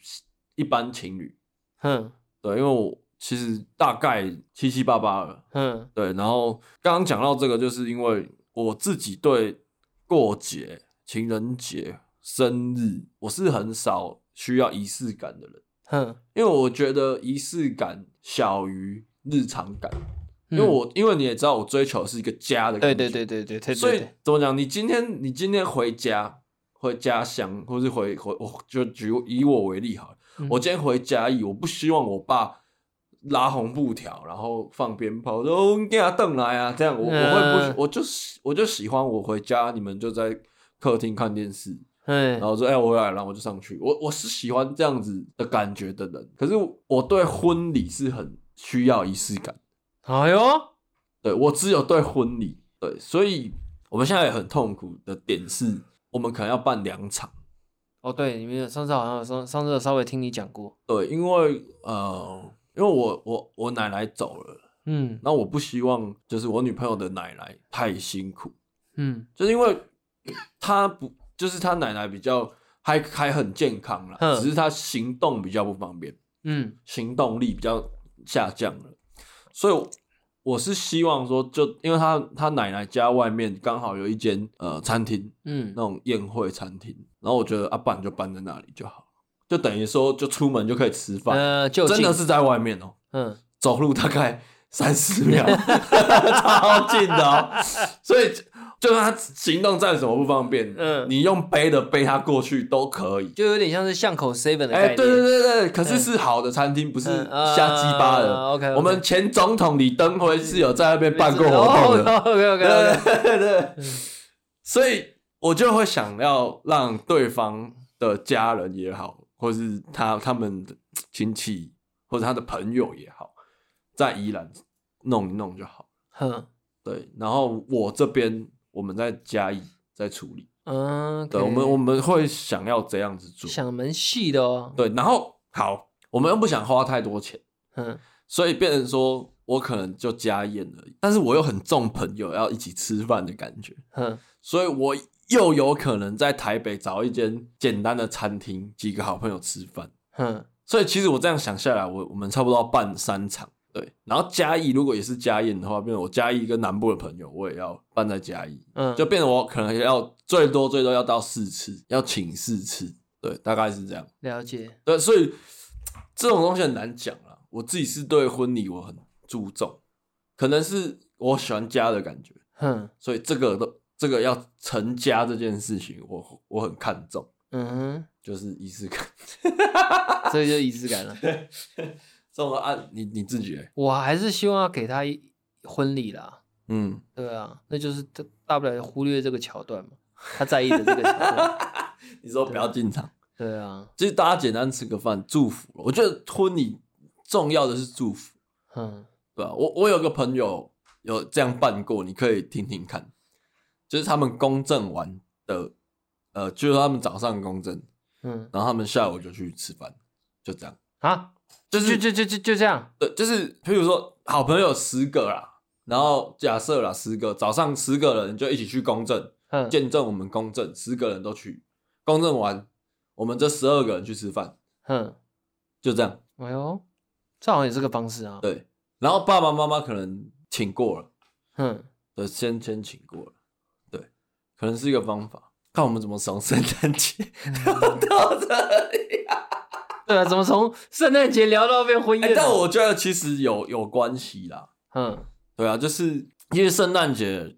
S1: 一般情侣，
S2: 哼
S1: 对，因为我其实大概七七八八了，
S2: 哼，
S1: 对。然后刚刚讲到这个，就是因为我自己对过节、情人节、生日，我是很少需要仪式感的人，
S2: 哼，嗯
S1: 因为我觉得仪式感小于日常感，因为
S2: 嗯
S1: 我、因为你也知道，我追求的是一个家的感
S2: 对
S1: 觉，
S2: 对对对对对，
S1: 所以
S2: 对
S1: 怎么讲？你今天你今天回家，回家乡，或是回回，我就举以我为例好了。
S2: 嗯
S1: 我今天回嘉义，我不希望我爸拉红布条，然后放鞭炮，说哦你给他瞪来啊，这样我我会
S2: 嗯
S1: 不，我就喜我就喜欢我回家，你们就在客厅看电视，
S2: 嗯
S1: 然后说哎、我回来了，然后我就上去。我我是喜欢这样子的感觉的人，可是我对婚礼是很需要仪式感。
S2: 哎呦，
S1: 对我只有对婚礼，对，所以我们现在也很痛苦的点是，我们可能要办两场，
S2: 哦对，你们有上次好像有上上次有稍微听你讲过，
S1: 对，因为呃，因为我我我奶奶走了，
S2: 嗯
S1: 那我不希望就是我女朋友的奶奶太辛苦，
S2: 嗯
S1: 就是因为她不就是她奶奶比较还还很健康啦，
S2: 嗯
S1: 只是他行动比较不方便，
S2: 嗯
S1: 行动力比较下降了，所以我是希望说就，因为他他奶奶家外面刚好有一间呃餐厅，
S2: 嗯
S1: 那种宴会餐厅，然后我觉得啊，不然就搬在那里就好，就等于说就出门就可以吃饭，
S2: 呃，就
S1: 真
S2: 近
S1: 的是在外面哦、
S2: 嗯
S1: 走路大概三十秒， *laughs* 超近的哦、所以就算他行动再怎么不方便，
S2: 嗯
S1: 你用背的背他过去都可以。
S2: 就有点像是巷口 seven 的概
S1: 哎、
S2: 念，
S1: 对对对对，可是
S2: 嗯
S1: 是好的餐厅，不是
S2: 嗯啊
S1: 瞎鸡巴的。
S2: OK，OK
S1: 我们前总统李登辉是有在那边办
S2: 哦
S1: 过活动的。
S2: OK OK OK，
S1: 对对对，所以我就会想要让对方的家人也好，或是他他们的亲戚或者他的朋友也好，在宜兰弄一弄就好。
S2: 哼
S1: 对，然后我这边我们在嘉义在处理。
S2: 嗯，
S1: 对，我们我们会想要这样子做。
S2: 想蛮细的哦，
S1: 对，然后好，我们又不想花太多钱，
S2: 嗯
S1: 所以变成说我可能就家宴而已，但是我又很重朋友要一起吃饭的感觉。
S2: 哼
S1: 所以我又有可能在台北找一间简单的餐厅，几个好朋友吃饭。
S2: 哼，
S1: 所以其实我这样想下来，我我们差不多要办三场，对。然后嘉义如果也是嘉宴的话，变成我嘉义跟南部的朋友，我也要办在嘉义，
S2: 嗯，
S1: 就变成我可能要最多最多要到四次，要请四次，对，大概是这样。
S2: 了解，
S1: 对，所以这种东西很难讲啦。我自己是对婚礼我很注重，可能是我喜欢家的感觉，
S2: 哼
S1: 所以这个都这个要成家这件事情我，我很看重，
S2: 嗯
S1: 就是仪式感。 *laughs*
S2: *laughs* 哼，这就仪式感了。
S1: 这种按你你自己嘞，
S2: 我还是希望要给他一婚礼啦，
S1: 嗯，
S2: 对啊，那就是大大不了忽略这个桥段嘛，他在意的这个桥 *laughs* 段，
S1: 你说不要进场，
S2: 对啊，
S1: 其实大家简单吃个饭，祝福。我觉得婚礼重要的是祝福，
S2: 哼，
S1: 对吧、我我有个朋友有这样办过，你可以听听看，就是他们公证完的，呃，就是他们早上公证，
S2: 嗯
S1: 然后他们下午就去吃饭，就这样，
S2: 啊，
S1: 就是
S2: 就就就就就这样，
S1: 对，就是譬如说好朋友十个啦，然后假设啦十个，早上十个人就一起去公证，
S2: 嗯，
S1: 见证我们公证，十个人都去公证完，我们这十二个人去吃饭，
S2: 哼，
S1: 就这样。
S2: 哎呦，这好像也是个方式啊，
S1: 对，然后爸爸妈妈可能请过了，
S2: 哼，
S1: 对，先先请过了，对，可能是一个方法。看我们怎么从圣诞节聊 *laughs* 到这里、
S2: 对啊，怎么从圣诞节聊到变婚
S1: 哎
S2: 宴？
S1: 但我觉得其实有有关系啦，
S2: 嗯
S1: 对啊，就是因为圣诞节，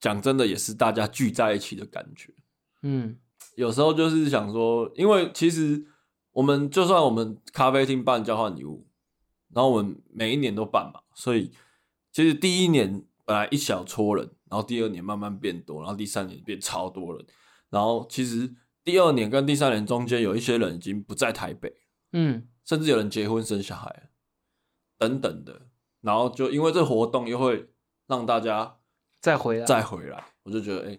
S1: 讲真的也是大家聚在一起的感觉。
S2: 嗯
S1: 有时候就是想说，因为其实我们就算我们咖啡厅办交换礼物，然后我们每一年都办嘛，所以其实第一年本来一小撮人，然后第二年慢慢变多，然后第三年变超多人，然后其实第二年跟第三年中间有一些人已经不在台北，
S2: 嗯
S1: 甚至有人结婚生小孩了等等的，然后就因为这活动又会让大家
S2: 再回来，
S1: 再回来，我就觉得，哎、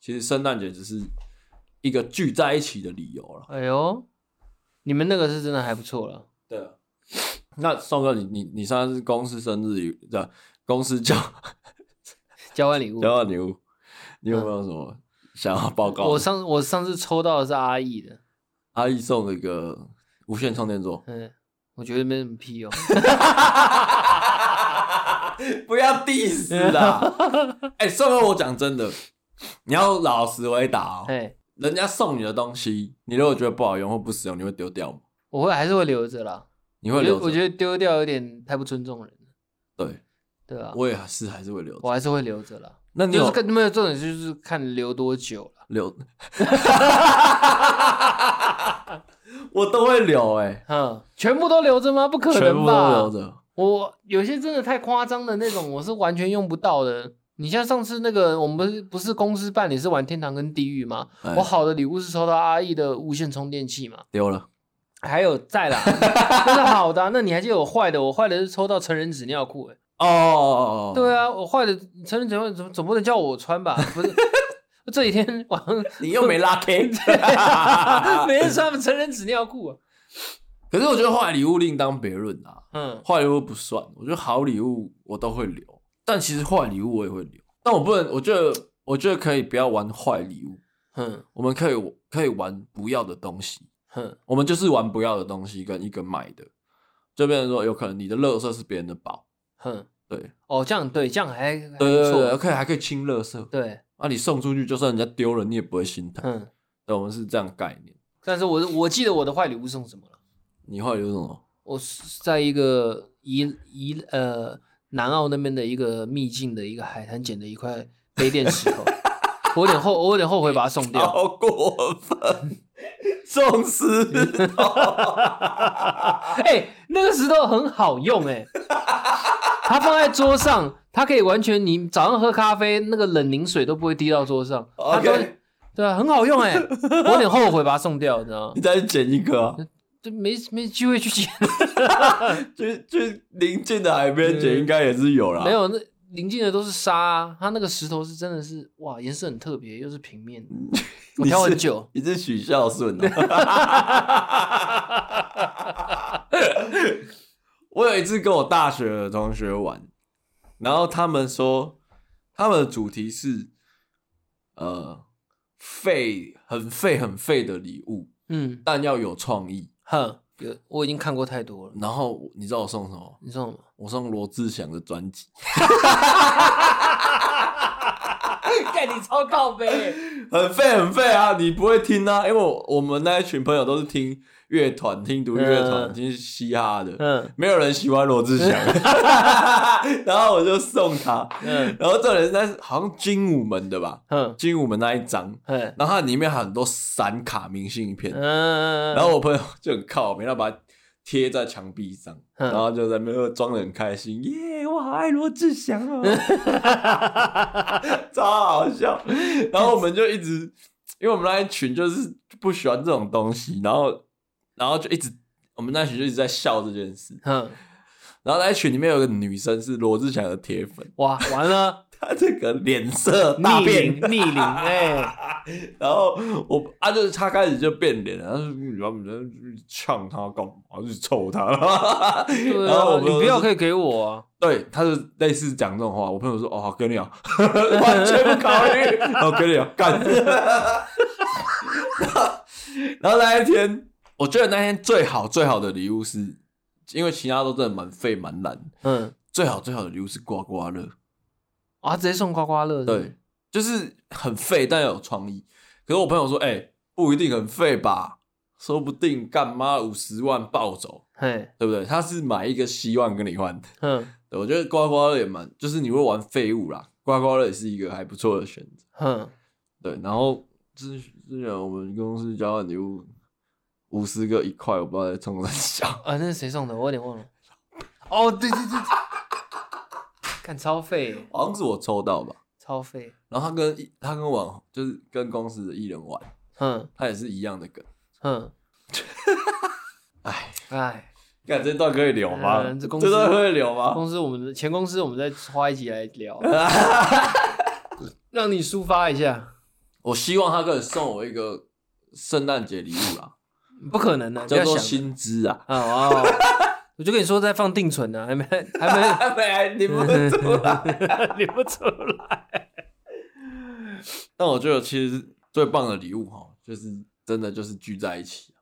S1: 其实圣诞节只是一个聚在一起的理由了。
S2: 哎呦，你们那个是真的还不错了，
S1: 对啊， *laughs* 那宋哥，你你你上次公司生日有对啊公司交
S2: 交换礼物。
S1: 交换礼物，你有没有什么想要报告？
S2: 我上我上次抽到的是阿义的，，
S1: 阿姨送了一个无线充电座
S2: 嗯，我觉得没什么屁用。
S1: *laughs* 不要 diss *laughs* 啦！哎、宋哥，我讲真的，你要老实回答、哦，
S2: 哎，
S1: 人家送你的东西，你如果觉得不好用或不实用，你会丢掉吗？
S2: 我会还是会留着啦。
S1: 你
S2: 我
S1: 会
S2: 觉
S1: 留
S2: 得
S1: 着？
S2: 我觉得丢掉有点太不尊重人了，
S1: 对，
S2: 对吧？
S1: 我也还是还是会留着。
S2: 我还是会留着啦。
S1: 那你
S2: 就
S1: 有
S2: 是看没有重点，就是看留多久了。
S1: 留？ *laughs* 我都会留哎、
S2: 嗯，全部都留着吗？不可
S1: 全部
S2: 能
S1: 都留
S2: 吧！
S1: 着。
S2: 我有些真的太夸张的那种，我是完全用不到的。你像上次那个，我们不是不是公司办理是玩天堂跟地狱吗？
S1: 哎
S2: 我好的礼物是抽到阿义的无线充电器嘛，
S1: 丢了，
S2: 还有
S1: *laughs*
S2: 在啦，那是好的啊、那你还记得我坏的？我坏的是抽到成人纸尿裤、欸，
S1: 哦哦，哦
S2: 对，啊，我坏的成人纸尿裤总总不能叫我
S1: *laughs*
S2: 穿吧？不是，这几天晚上
S1: 你又没拉
S2: *laughs*
S1: K。啊
S2: 每天穿成人纸尿裤、啊。
S1: *laughs* 可是我觉得坏礼物另当别论啊，
S2: 嗯
S1: 坏礼物不算。我觉得好礼物我都会留，但其实坏礼物我也会留，但我不能，我觉得我觉得可以不要玩坏礼物，
S2: 哼
S1: 我们可以可以玩不要的东西，
S2: 哼，
S1: 我们就是玩不要的东西跟一个买的，就变成说有可能你的乐色是别人的宝，
S2: 哼，
S1: 嗯对
S2: 哦，这样对，这样还还
S1: 对对
S2: 不
S1: 对，
S2: 错，啊
S1: 可以还可以清乐色，
S2: 对，
S1: 啊，你送出去就算人家丢了你也不会心疼，
S2: 嗯。
S1: 对，我们是这样概念。
S2: 但是我我记得我的坏礼物送什么了？
S1: 你后来有什么？
S2: 我是在一个宜宜呃南澳那边的一个秘境的一个海滩捡的一块杯垫
S1: *laughs*
S2: 石头，我有点后我有点后悔把它送掉。
S1: 好过分，送
S2: *laughs*
S1: 死！
S2: 哎、那个石头很好用 *laughs* 哎、它放在桌上，它可以完全你早上喝咖啡那个冷凝水都不会滴到桌上。它都
S1: OK
S2: 对啊，很好用 *laughs* 哎、我有点后悔把它送掉，你知道吗
S1: 你？再捡一个、
S2: *laughs*
S1: 啊，
S2: 就没没机会去捡，
S1: 就就临近的海边捡，应该也是有啦。
S2: 嗯没，有那临近的都是沙、啊，它那个石头是真的是哇，颜色很特别，又是平 *laughs* 面的，我挑很久。
S1: 你是许孝顺啊。 *laughs* 我有一次跟我大学的同学玩，然后他们说他们的主题是呃废很废很废的礼物，
S2: 嗯，
S1: 但要有创意。
S2: 哼，有我已经看过太多了，
S1: 然后你知道我送什么？
S2: 你知道吗？
S1: 我送罗志祥的专辑，
S2: 盖你超靠 *laughs* 背，
S1: 很废很废啊！你不会听啊，因为我我们那一群朋友都是听乐团、听独立乐团、
S2: 嗯
S1: 听嘻哈的，
S2: 嗯
S1: 没有人喜欢罗志祥。然后我就送他，
S2: 嗯
S1: 然后这人在好像精武门的吧，
S2: 哼，
S1: 精武门那一张，
S2: 嘿，
S1: 然后它里面很多散卡明信片，
S2: 嗯，
S1: 然后我朋友就很靠没他把它贴在墙壁上，
S2: 嗯
S1: 然后就在那边装的很开心，耶，我好爱罗志祥哦，超好笑。然后我们就一直，因为我们那一群就是不喜欢这种东西，然后然后就一直，我们那一群就一直在笑这件事。
S2: *laughs* 哼，
S1: 然后那一群里面有个女生是罗志祥的铁粉，
S2: 哇，完 *laughs* 了，
S1: 她这个脸色大
S2: 逆
S1: 变
S2: 鳞，，逆鳞，哎，
S1: 然后我啊，就是他开始就变脸了，然后然后就呛他干嘛，就臭他，
S2: *laughs* 对
S1: 然后
S2: 啊，
S1: 我
S2: 你
S1: 朋友
S2: 不要
S1: 就
S2: 可以给我啊，对
S1: 对，他就类似讲这种话。我朋友说：“哦，好 *laughs* 跟你聊，完全不考虑，好跟你聊，干。 *laughs* 然后”然后那一天，我觉得那天最好最好的礼物是，因为其他都真的蛮废蛮烂的，
S2: 嗯，
S1: 最好最好的礼物是刮刮乐，
S2: 啊，直接送刮刮乐，是不是
S1: 对，，就是很废但有创意。可是我朋友说：“哎、不一定很废吧，说不定干妈五十万暴走，
S2: 嘿，
S1: 对不对？”他是买一个希望跟你换的。
S2: 哼
S1: 对，我觉得刮刮乐也蛮，就是你会玩废物啦，刮刮乐也是一个还不错的选择。
S2: 哼，
S1: 对，然后之之前我们公司交换礼物五十个一块，我不知道在冲啥笑。
S2: 啊，那是谁送的？我有点忘了。哦，对对对， *laughs* 看超费，
S1: 好像是我抽到吧。
S2: 超费，
S1: 然后他跟一他跟网就是跟公司的艺人玩，
S2: 哼
S1: 他也是一样的梗。
S2: 哼，
S1: *laughs* 哎，
S2: 哎，
S1: 看这段可以聊吗？
S2: 嗯这
S1: 这
S2: 公司
S1: 段可以聊吗？
S2: 公司我们的前公司，我们再花一集来
S1: *laughs*
S2: 聊，让你抒发一下。
S1: 我希望他可以送我一个圣诞节礼物啦，
S2: 不可能 *laughs* 的，不
S1: 叫
S2: 要
S1: 做
S2: 想了
S1: 薪资
S2: *laughs*
S1: 啊。
S2: 啊哦，我就跟你说在放定存呢，还没还没
S1: 还没， *laughs* 你不
S2: *laughs*
S1: 出来。
S2: 领不出来。
S1: 但我觉得其实最棒的礼物哈，就是真的就是聚在一起。
S2: *laughs*
S1: 啊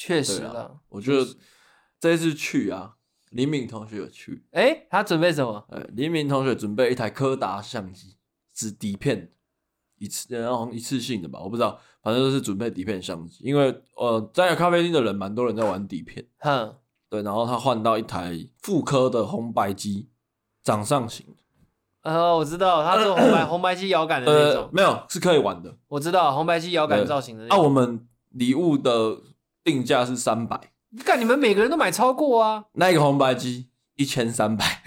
S2: 确
S1: 对
S2: 实
S1: 啊
S2: 了，，
S1: 我觉得这一次去啊，李敏同学有去，
S2: 哎，他准备什么？
S1: 呃，李敏同学准备一台柯达相机，是底片，一次然后一次性的吧，我不知道，反正就是准备底片相机，因为呃，在咖啡厅的人蛮多人在玩底片，
S2: 哼，
S1: 对，然后他换到一台复刻的红白机，掌上型的，
S2: 呃，我知道，他
S1: *coughs*
S2: 做红白红白机摇杆的那
S1: 呃，
S2: 种，
S1: 没有是可以玩的，
S2: 我知道红白机摇杆
S1: 对
S2: 造型的那
S1: 啊，
S2: 种。
S1: 我们礼物的定价是三百。
S2: 干，你们每个人都买超过啊？
S1: 那个红白机一千三百，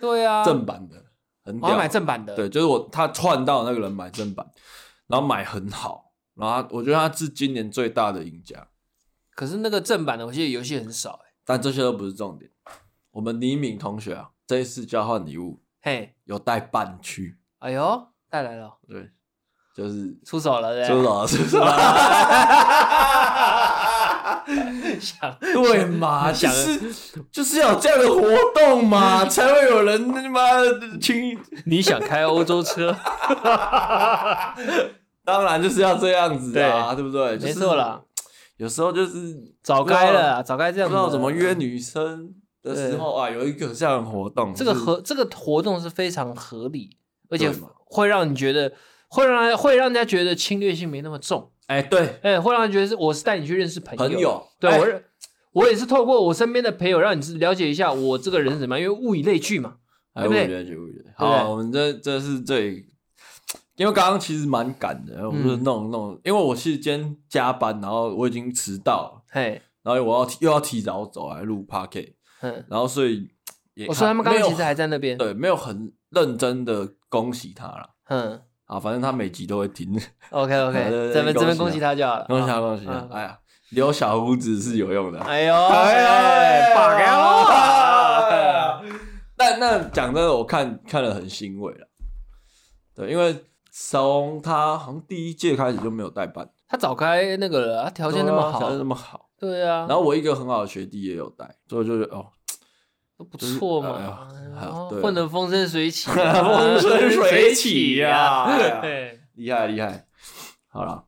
S2: 对啊，
S1: 正版的，很
S2: 我
S1: 屌。
S2: 要买正版的。
S1: 对，就是我他串到那个人买正版，然后买很好，然后他我觉得他是今年最大的赢家。
S2: 可是那个正版的，我记得游戏很少哎、
S1: 但这些都不是重点。我们李敏同学啊，这一次交换礼物
S2: 嘿，
S1: 有带半区，
S2: 哎呦，带来了，
S1: 对，就是
S2: 出手了对
S1: 出
S2: 不对， *laughs*
S1: 手出手，
S2: 想 *laughs*
S1: 对嘛？就
S2: 想
S1: 是就是要有这样的活动
S2: *laughs*
S1: 嘛，才会有人他妈轻易
S2: 你想开欧洲车，
S1: 当然就是要这样子啊，对不对？
S2: 没错啦，
S1: 有时候就是
S2: 早该了，啊早该这
S1: 不
S2: 样
S1: 知
S2: 子。
S1: 道怎么约女生的时候啊，有一个这样的活动，
S2: 这个
S1: 就是
S2: 合这个活动是非常合理，而且
S1: 嗯对嘛
S2: 会让你觉得，会让人会让人家觉得侵略性没那么重，
S1: 哎对
S2: 哎、会让人觉得是我是带你去认识朋友，
S1: 朋友，
S2: 对、
S1: 哎
S2: 我是我也是透过我身边的朋友让你知了解一下我这个人是怎么样，因为物以类聚嘛，
S1: 哎，我
S2: 对不对
S1: 觉得就好啊，我们这这是这里，因为刚刚其实蛮赶
S2: 嗯
S1: 的，我们就是弄弄，因为我是今天加班，然后我已经迟到了，
S2: 嘿，
S1: 然后我要提又要提早走来录 p a r k e
S2: 嗯，
S1: 然后所以也
S2: 我说他们刚
S1: 没
S2: 刚
S1: 有
S2: 其实还在那边，
S1: 对没有很认真的恭喜他啦。
S2: 嗯
S1: 啊，反正他每集都会听，
S2: ，OK
S1: *laughs* 对对
S2: OK，
S1: 对
S2: 这边这边
S1: 恭
S2: 恭
S1: 喜
S2: 喜他就好了，
S1: 恭喜他
S2: 啊
S1: 恭喜他
S2: 嗯！
S1: 哎呀，留小胡子是有用的，
S2: 哎呦，
S1: 哎
S2: 哎，
S1: 呀，
S2: 把给我，
S1: *laughs* 但那讲真的，我看看了很欣慰了。对，因为从他好像第一届开始就没有代办，
S2: 他早该那个了，他条件那么
S1: 对啊条件那
S2: 好，
S1: 么好。
S2: 对啊，
S1: 然后我一个很好的学弟也有带，所以就是哦，
S2: 都不
S1: 就是
S2: 错
S1: 哎
S2: 嘛
S1: 呀，哎呀
S2: 哦
S1: 对啊，
S2: 混得风生水起啊
S1: *laughs* 风生水起呀哎呀
S2: 对，
S1: 厉害厉害。好啦，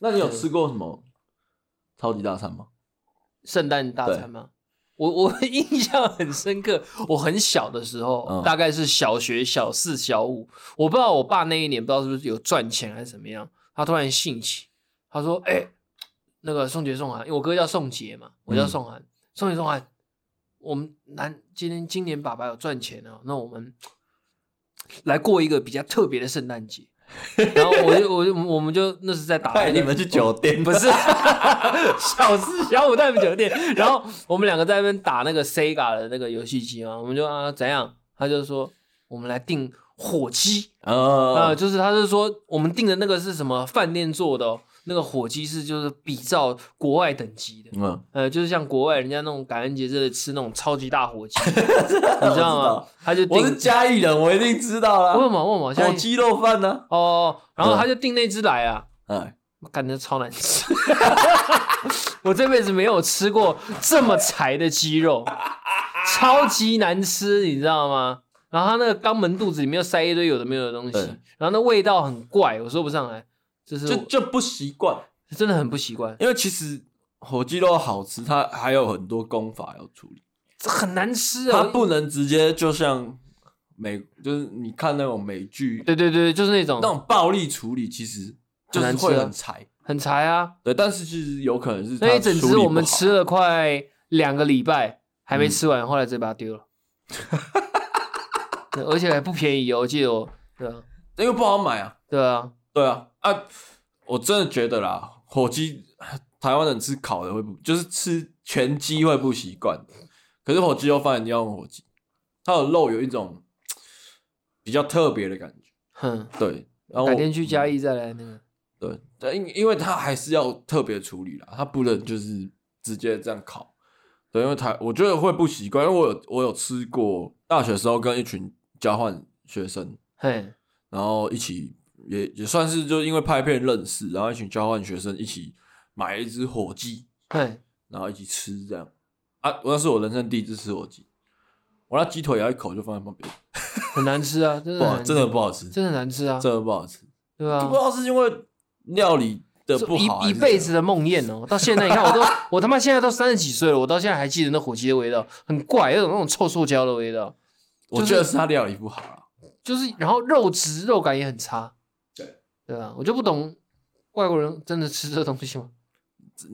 S1: 那你有吃过什么超级大餐吗？
S2: 圣诞大餐吗？我我 *laughs* 印象很深刻，我很小的时候，
S1: 嗯
S2: 大概是小学小四小五，我不知道我爸那一年不知道是不是有赚钱还是怎么样，他突然兴起，他说：“哎、那个宋杰宋涵，因为我哥叫宋杰嘛，我叫宋涵，宋杰宋涵，我们南今天今年爸爸有赚钱哦，那我们来过一个比较特别的圣诞节。”然后我就我就我们就那是在打
S1: 带
S2: 那个
S1: 哎你们去酒店，
S2: 哎不
S1: *laughs*
S2: 是 *laughs* 小四小五代表酒店。然后我们两个在那边打那个 Sega 的那个游戏机嘛，我们就啊怎样，他就说我们来订火鸡啊、
S1: 呃，
S2: 就是他是说我们订的那个是什么饭店做的、哦，那个火鸡是就是比照国外等级的。
S1: 嗯，
S2: 呃，就是像国外人家那种感恩节之类吃那种超级大
S1: *laughs*
S2: 火鸡，你知道吗
S1: 道？
S2: 他就
S1: 我
S2: 订
S1: 是，嘉义人，我一定知道
S2: 问
S1: 啦。
S2: 嘛问嘛，
S1: 火
S2: 像
S1: 鸡肉饭呢？
S2: 哦，然后他就订那只来啊，
S1: 哎，
S2: 感觉超难吃。 *laughs* 我这辈子没有吃过这么柴的鸡肉，超级难吃，你知道吗？然后它那个肛门肚子里面又塞一堆有的没有的东西
S1: 对，
S2: 然后那味道很怪，我说不上来，就是
S1: 就
S2: 我
S1: 就不习惯。
S2: 真的很不习惯，
S1: 因为其实火鸡肉好吃，它还有很多功法要处理，
S2: 这很难吃
S1: 它
S2: 啊！
S1: 不能直接就像美，就是你看那种美剧
S2: 对对对，就是那种
S1: 那种暴力处理，其实就是
S2: 很难
S1: 会
S2: 吃啊
S1: 很柴。
S2: 很柴啊。
S1: 对，但是其实有可能是它
S2: 那一整
S1: 处理不
S2: 只
S1: 好嗯
S2: 我们吃了快两个礼拜，还没吃完，后来直接把它丢
S1: *laughs*
S2: 了，对而且还不便宜哦，我记得我，对啊，
S1: 因为不好买啊。
S2: 对啊，
S1: 对啊，啊，我真的觉得啦，火鸡台湾人吃烤的会不，就是吃全鸡会不习惯，可是火鸡肉饭一定要用火鸡，它的肉有一种比较特别的感觉。
S2: 哼。
S1: 对，然后
S2: 改
S1: 我嗯
S2: 天去嘉义再来那个。
S1: 对，但因因为它还是要特别处理啦，它不能就是直接这样烤。对，因为台我觉得会不习惯，因为我有我有吃过，大学时候跟一群交换学生，
S2: 嘿，
S1: 然后一起也也算是就因为拍片认识，然后一群交换学生一起买一只火鸡，
S2: 嘿，
S1: 然后一起吃这样啊，我那是我人生第一次吃火鸡，我那鸡腿咬一口就放在旁边，
S2: 很难吃啊，真的
S1: 不
S2: 很
S1: 好，
S2: 难
S1: 真的不好吃，真
S2: 真的很难吃啊，
S1: 的不好吃，
S2: 对吧、
S1: 不知
S2: 啊？
S1: 道是因为料理的不好，
S2: 一一辈子。的梦魇哦，到现在你看我都 *laughs* 我他妈现在都三十几岁了，我到现在还记得那火鸡的味道，很怪，有种那种臭塑胶的味道，
S1: 我觉得是他料理不好啊。
S2: 就是然后肉质肉感也很差，
S1: 对
S2: 对吧、啊？我就不懂外国人真的吃这东西吗？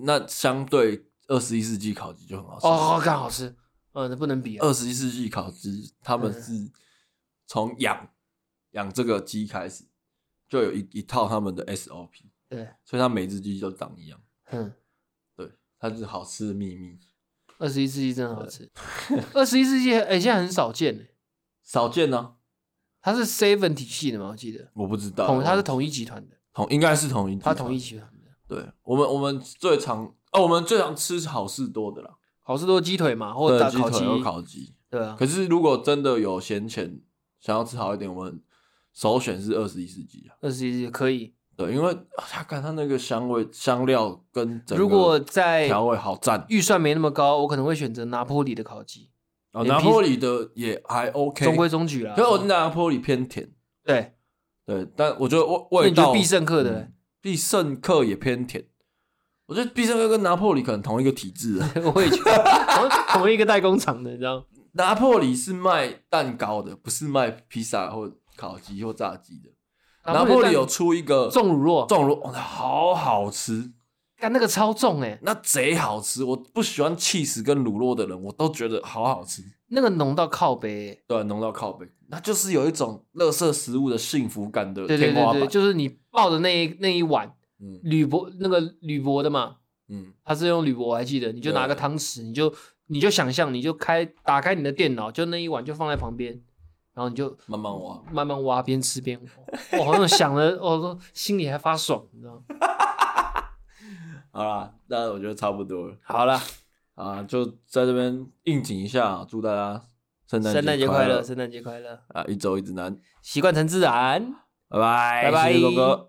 S1: 那相对二十一世纪烤鸡就很好吃。
S2: 哦，好看好吃，嗯，这不能比啊，
S1: 二十一世纪烤鸡他
S2: 嗯
S1: 们是从养养这个鸡开始，就有一一套他们的 SOP，
S2: 对，
S1: 所以它每只鸡都长一样。
S2: 嗯，
S1: 对，它是好吃的秘密，
S2: 二十一世纪真
S1: 呃
S2: 的好吃，二十一世纪哎、现在很少见、欸、
S1: 少见呢、
S2: 它是 Seven 体系的嘛，我记得
S1: 我不知道。
S2: 统它是统一集团的，
S1: 统应该是统一，
S2: 它统一。集团的。
S1: 对我们我们最常哦，我们最常吃好事多的啦，
S2: 好事多鸡腿嘛，或者
S1: 对，
S2: 大
S1: 鸡
S2: 烤鸡
S1: 腿，有烤鸡。
S2: 对啊，
S1: 可是如果真的有闲钱想要吃好一点，我们首选是二十一世纪啊。
S2: 二十一可以。
S1: 对，因为啊它看它那个香味、香料跟整个
S2: 如果在
S1: 调味好赞
S2: 预算没那么高，我可能会选择拿坡里的烤鸡，
S1: 啊，
S2: 连
S1: 拿
S2: 披
S1: 坡里的也还 OK，
S2: 中规中矩啦。
S1: 可是我拿坡里偏甜，
S2: 对，
S1: 对，但我觉得味
S2: 那
S1: 味
S2: 你觉得
S1: 道
S2: 必胜客的
S1: 嗯
S2: 嘞
S1: 必胜客也偏甜。我觉得必胜客跟拿破里可能同一个体制啊。
S2: *laughs* 我也觉得好像同一个代工厂的，你知道吗？
S1: *laughs* 拿破里是卖蛋糕的，不是卖披萨或烤鸡或炸鸡的。拿破里有出一个
S2: 重乳酪，
S1: 重乳，哇那好好吃，
S2: 干那个超重哎、
S1: 那贼好吃。我不喜欢 cheese 跟乳酪的人，我都觉得好好吃。
S2: 那个浓到靠背、欸。
S1: 对，啊浓到靠背，那就是有一种垃圾食物的幸福感的
S2: 对对
S1: 天
S2: 对
S1: 花
S2: 对，
S1: 板。
S2: 就是你抱的那一那一碗
S1: 嗯
S2: 铝箔那个铝箔的嘛，
S1: 嗯，
S2: 它是用铝箔，我还记得，你就
S1: 对
S2: 拿个汤匙，你就你就想象，你就开打开你的电脑，就那一碗就放在旁边，然后你就
S1: 慢慢挖。
S2: 慢慢挖，边吃边 *laughs* 挖，我好像想了，我说心里还发爽，你知道吗？
S1: 好啦，那我觉得差不多了
S2: 好了，
S1: 啊，就在这边应景一下、啊祝大家圣诞
S2: 圣诞节
S1: 快
S2: 快乐，圣诞节快乐，
S1: 啊，一周一直难，
S2: 习惯成自然。
S1: 拜拜，
S2: 拜拜
S1: 谢谢狗哥。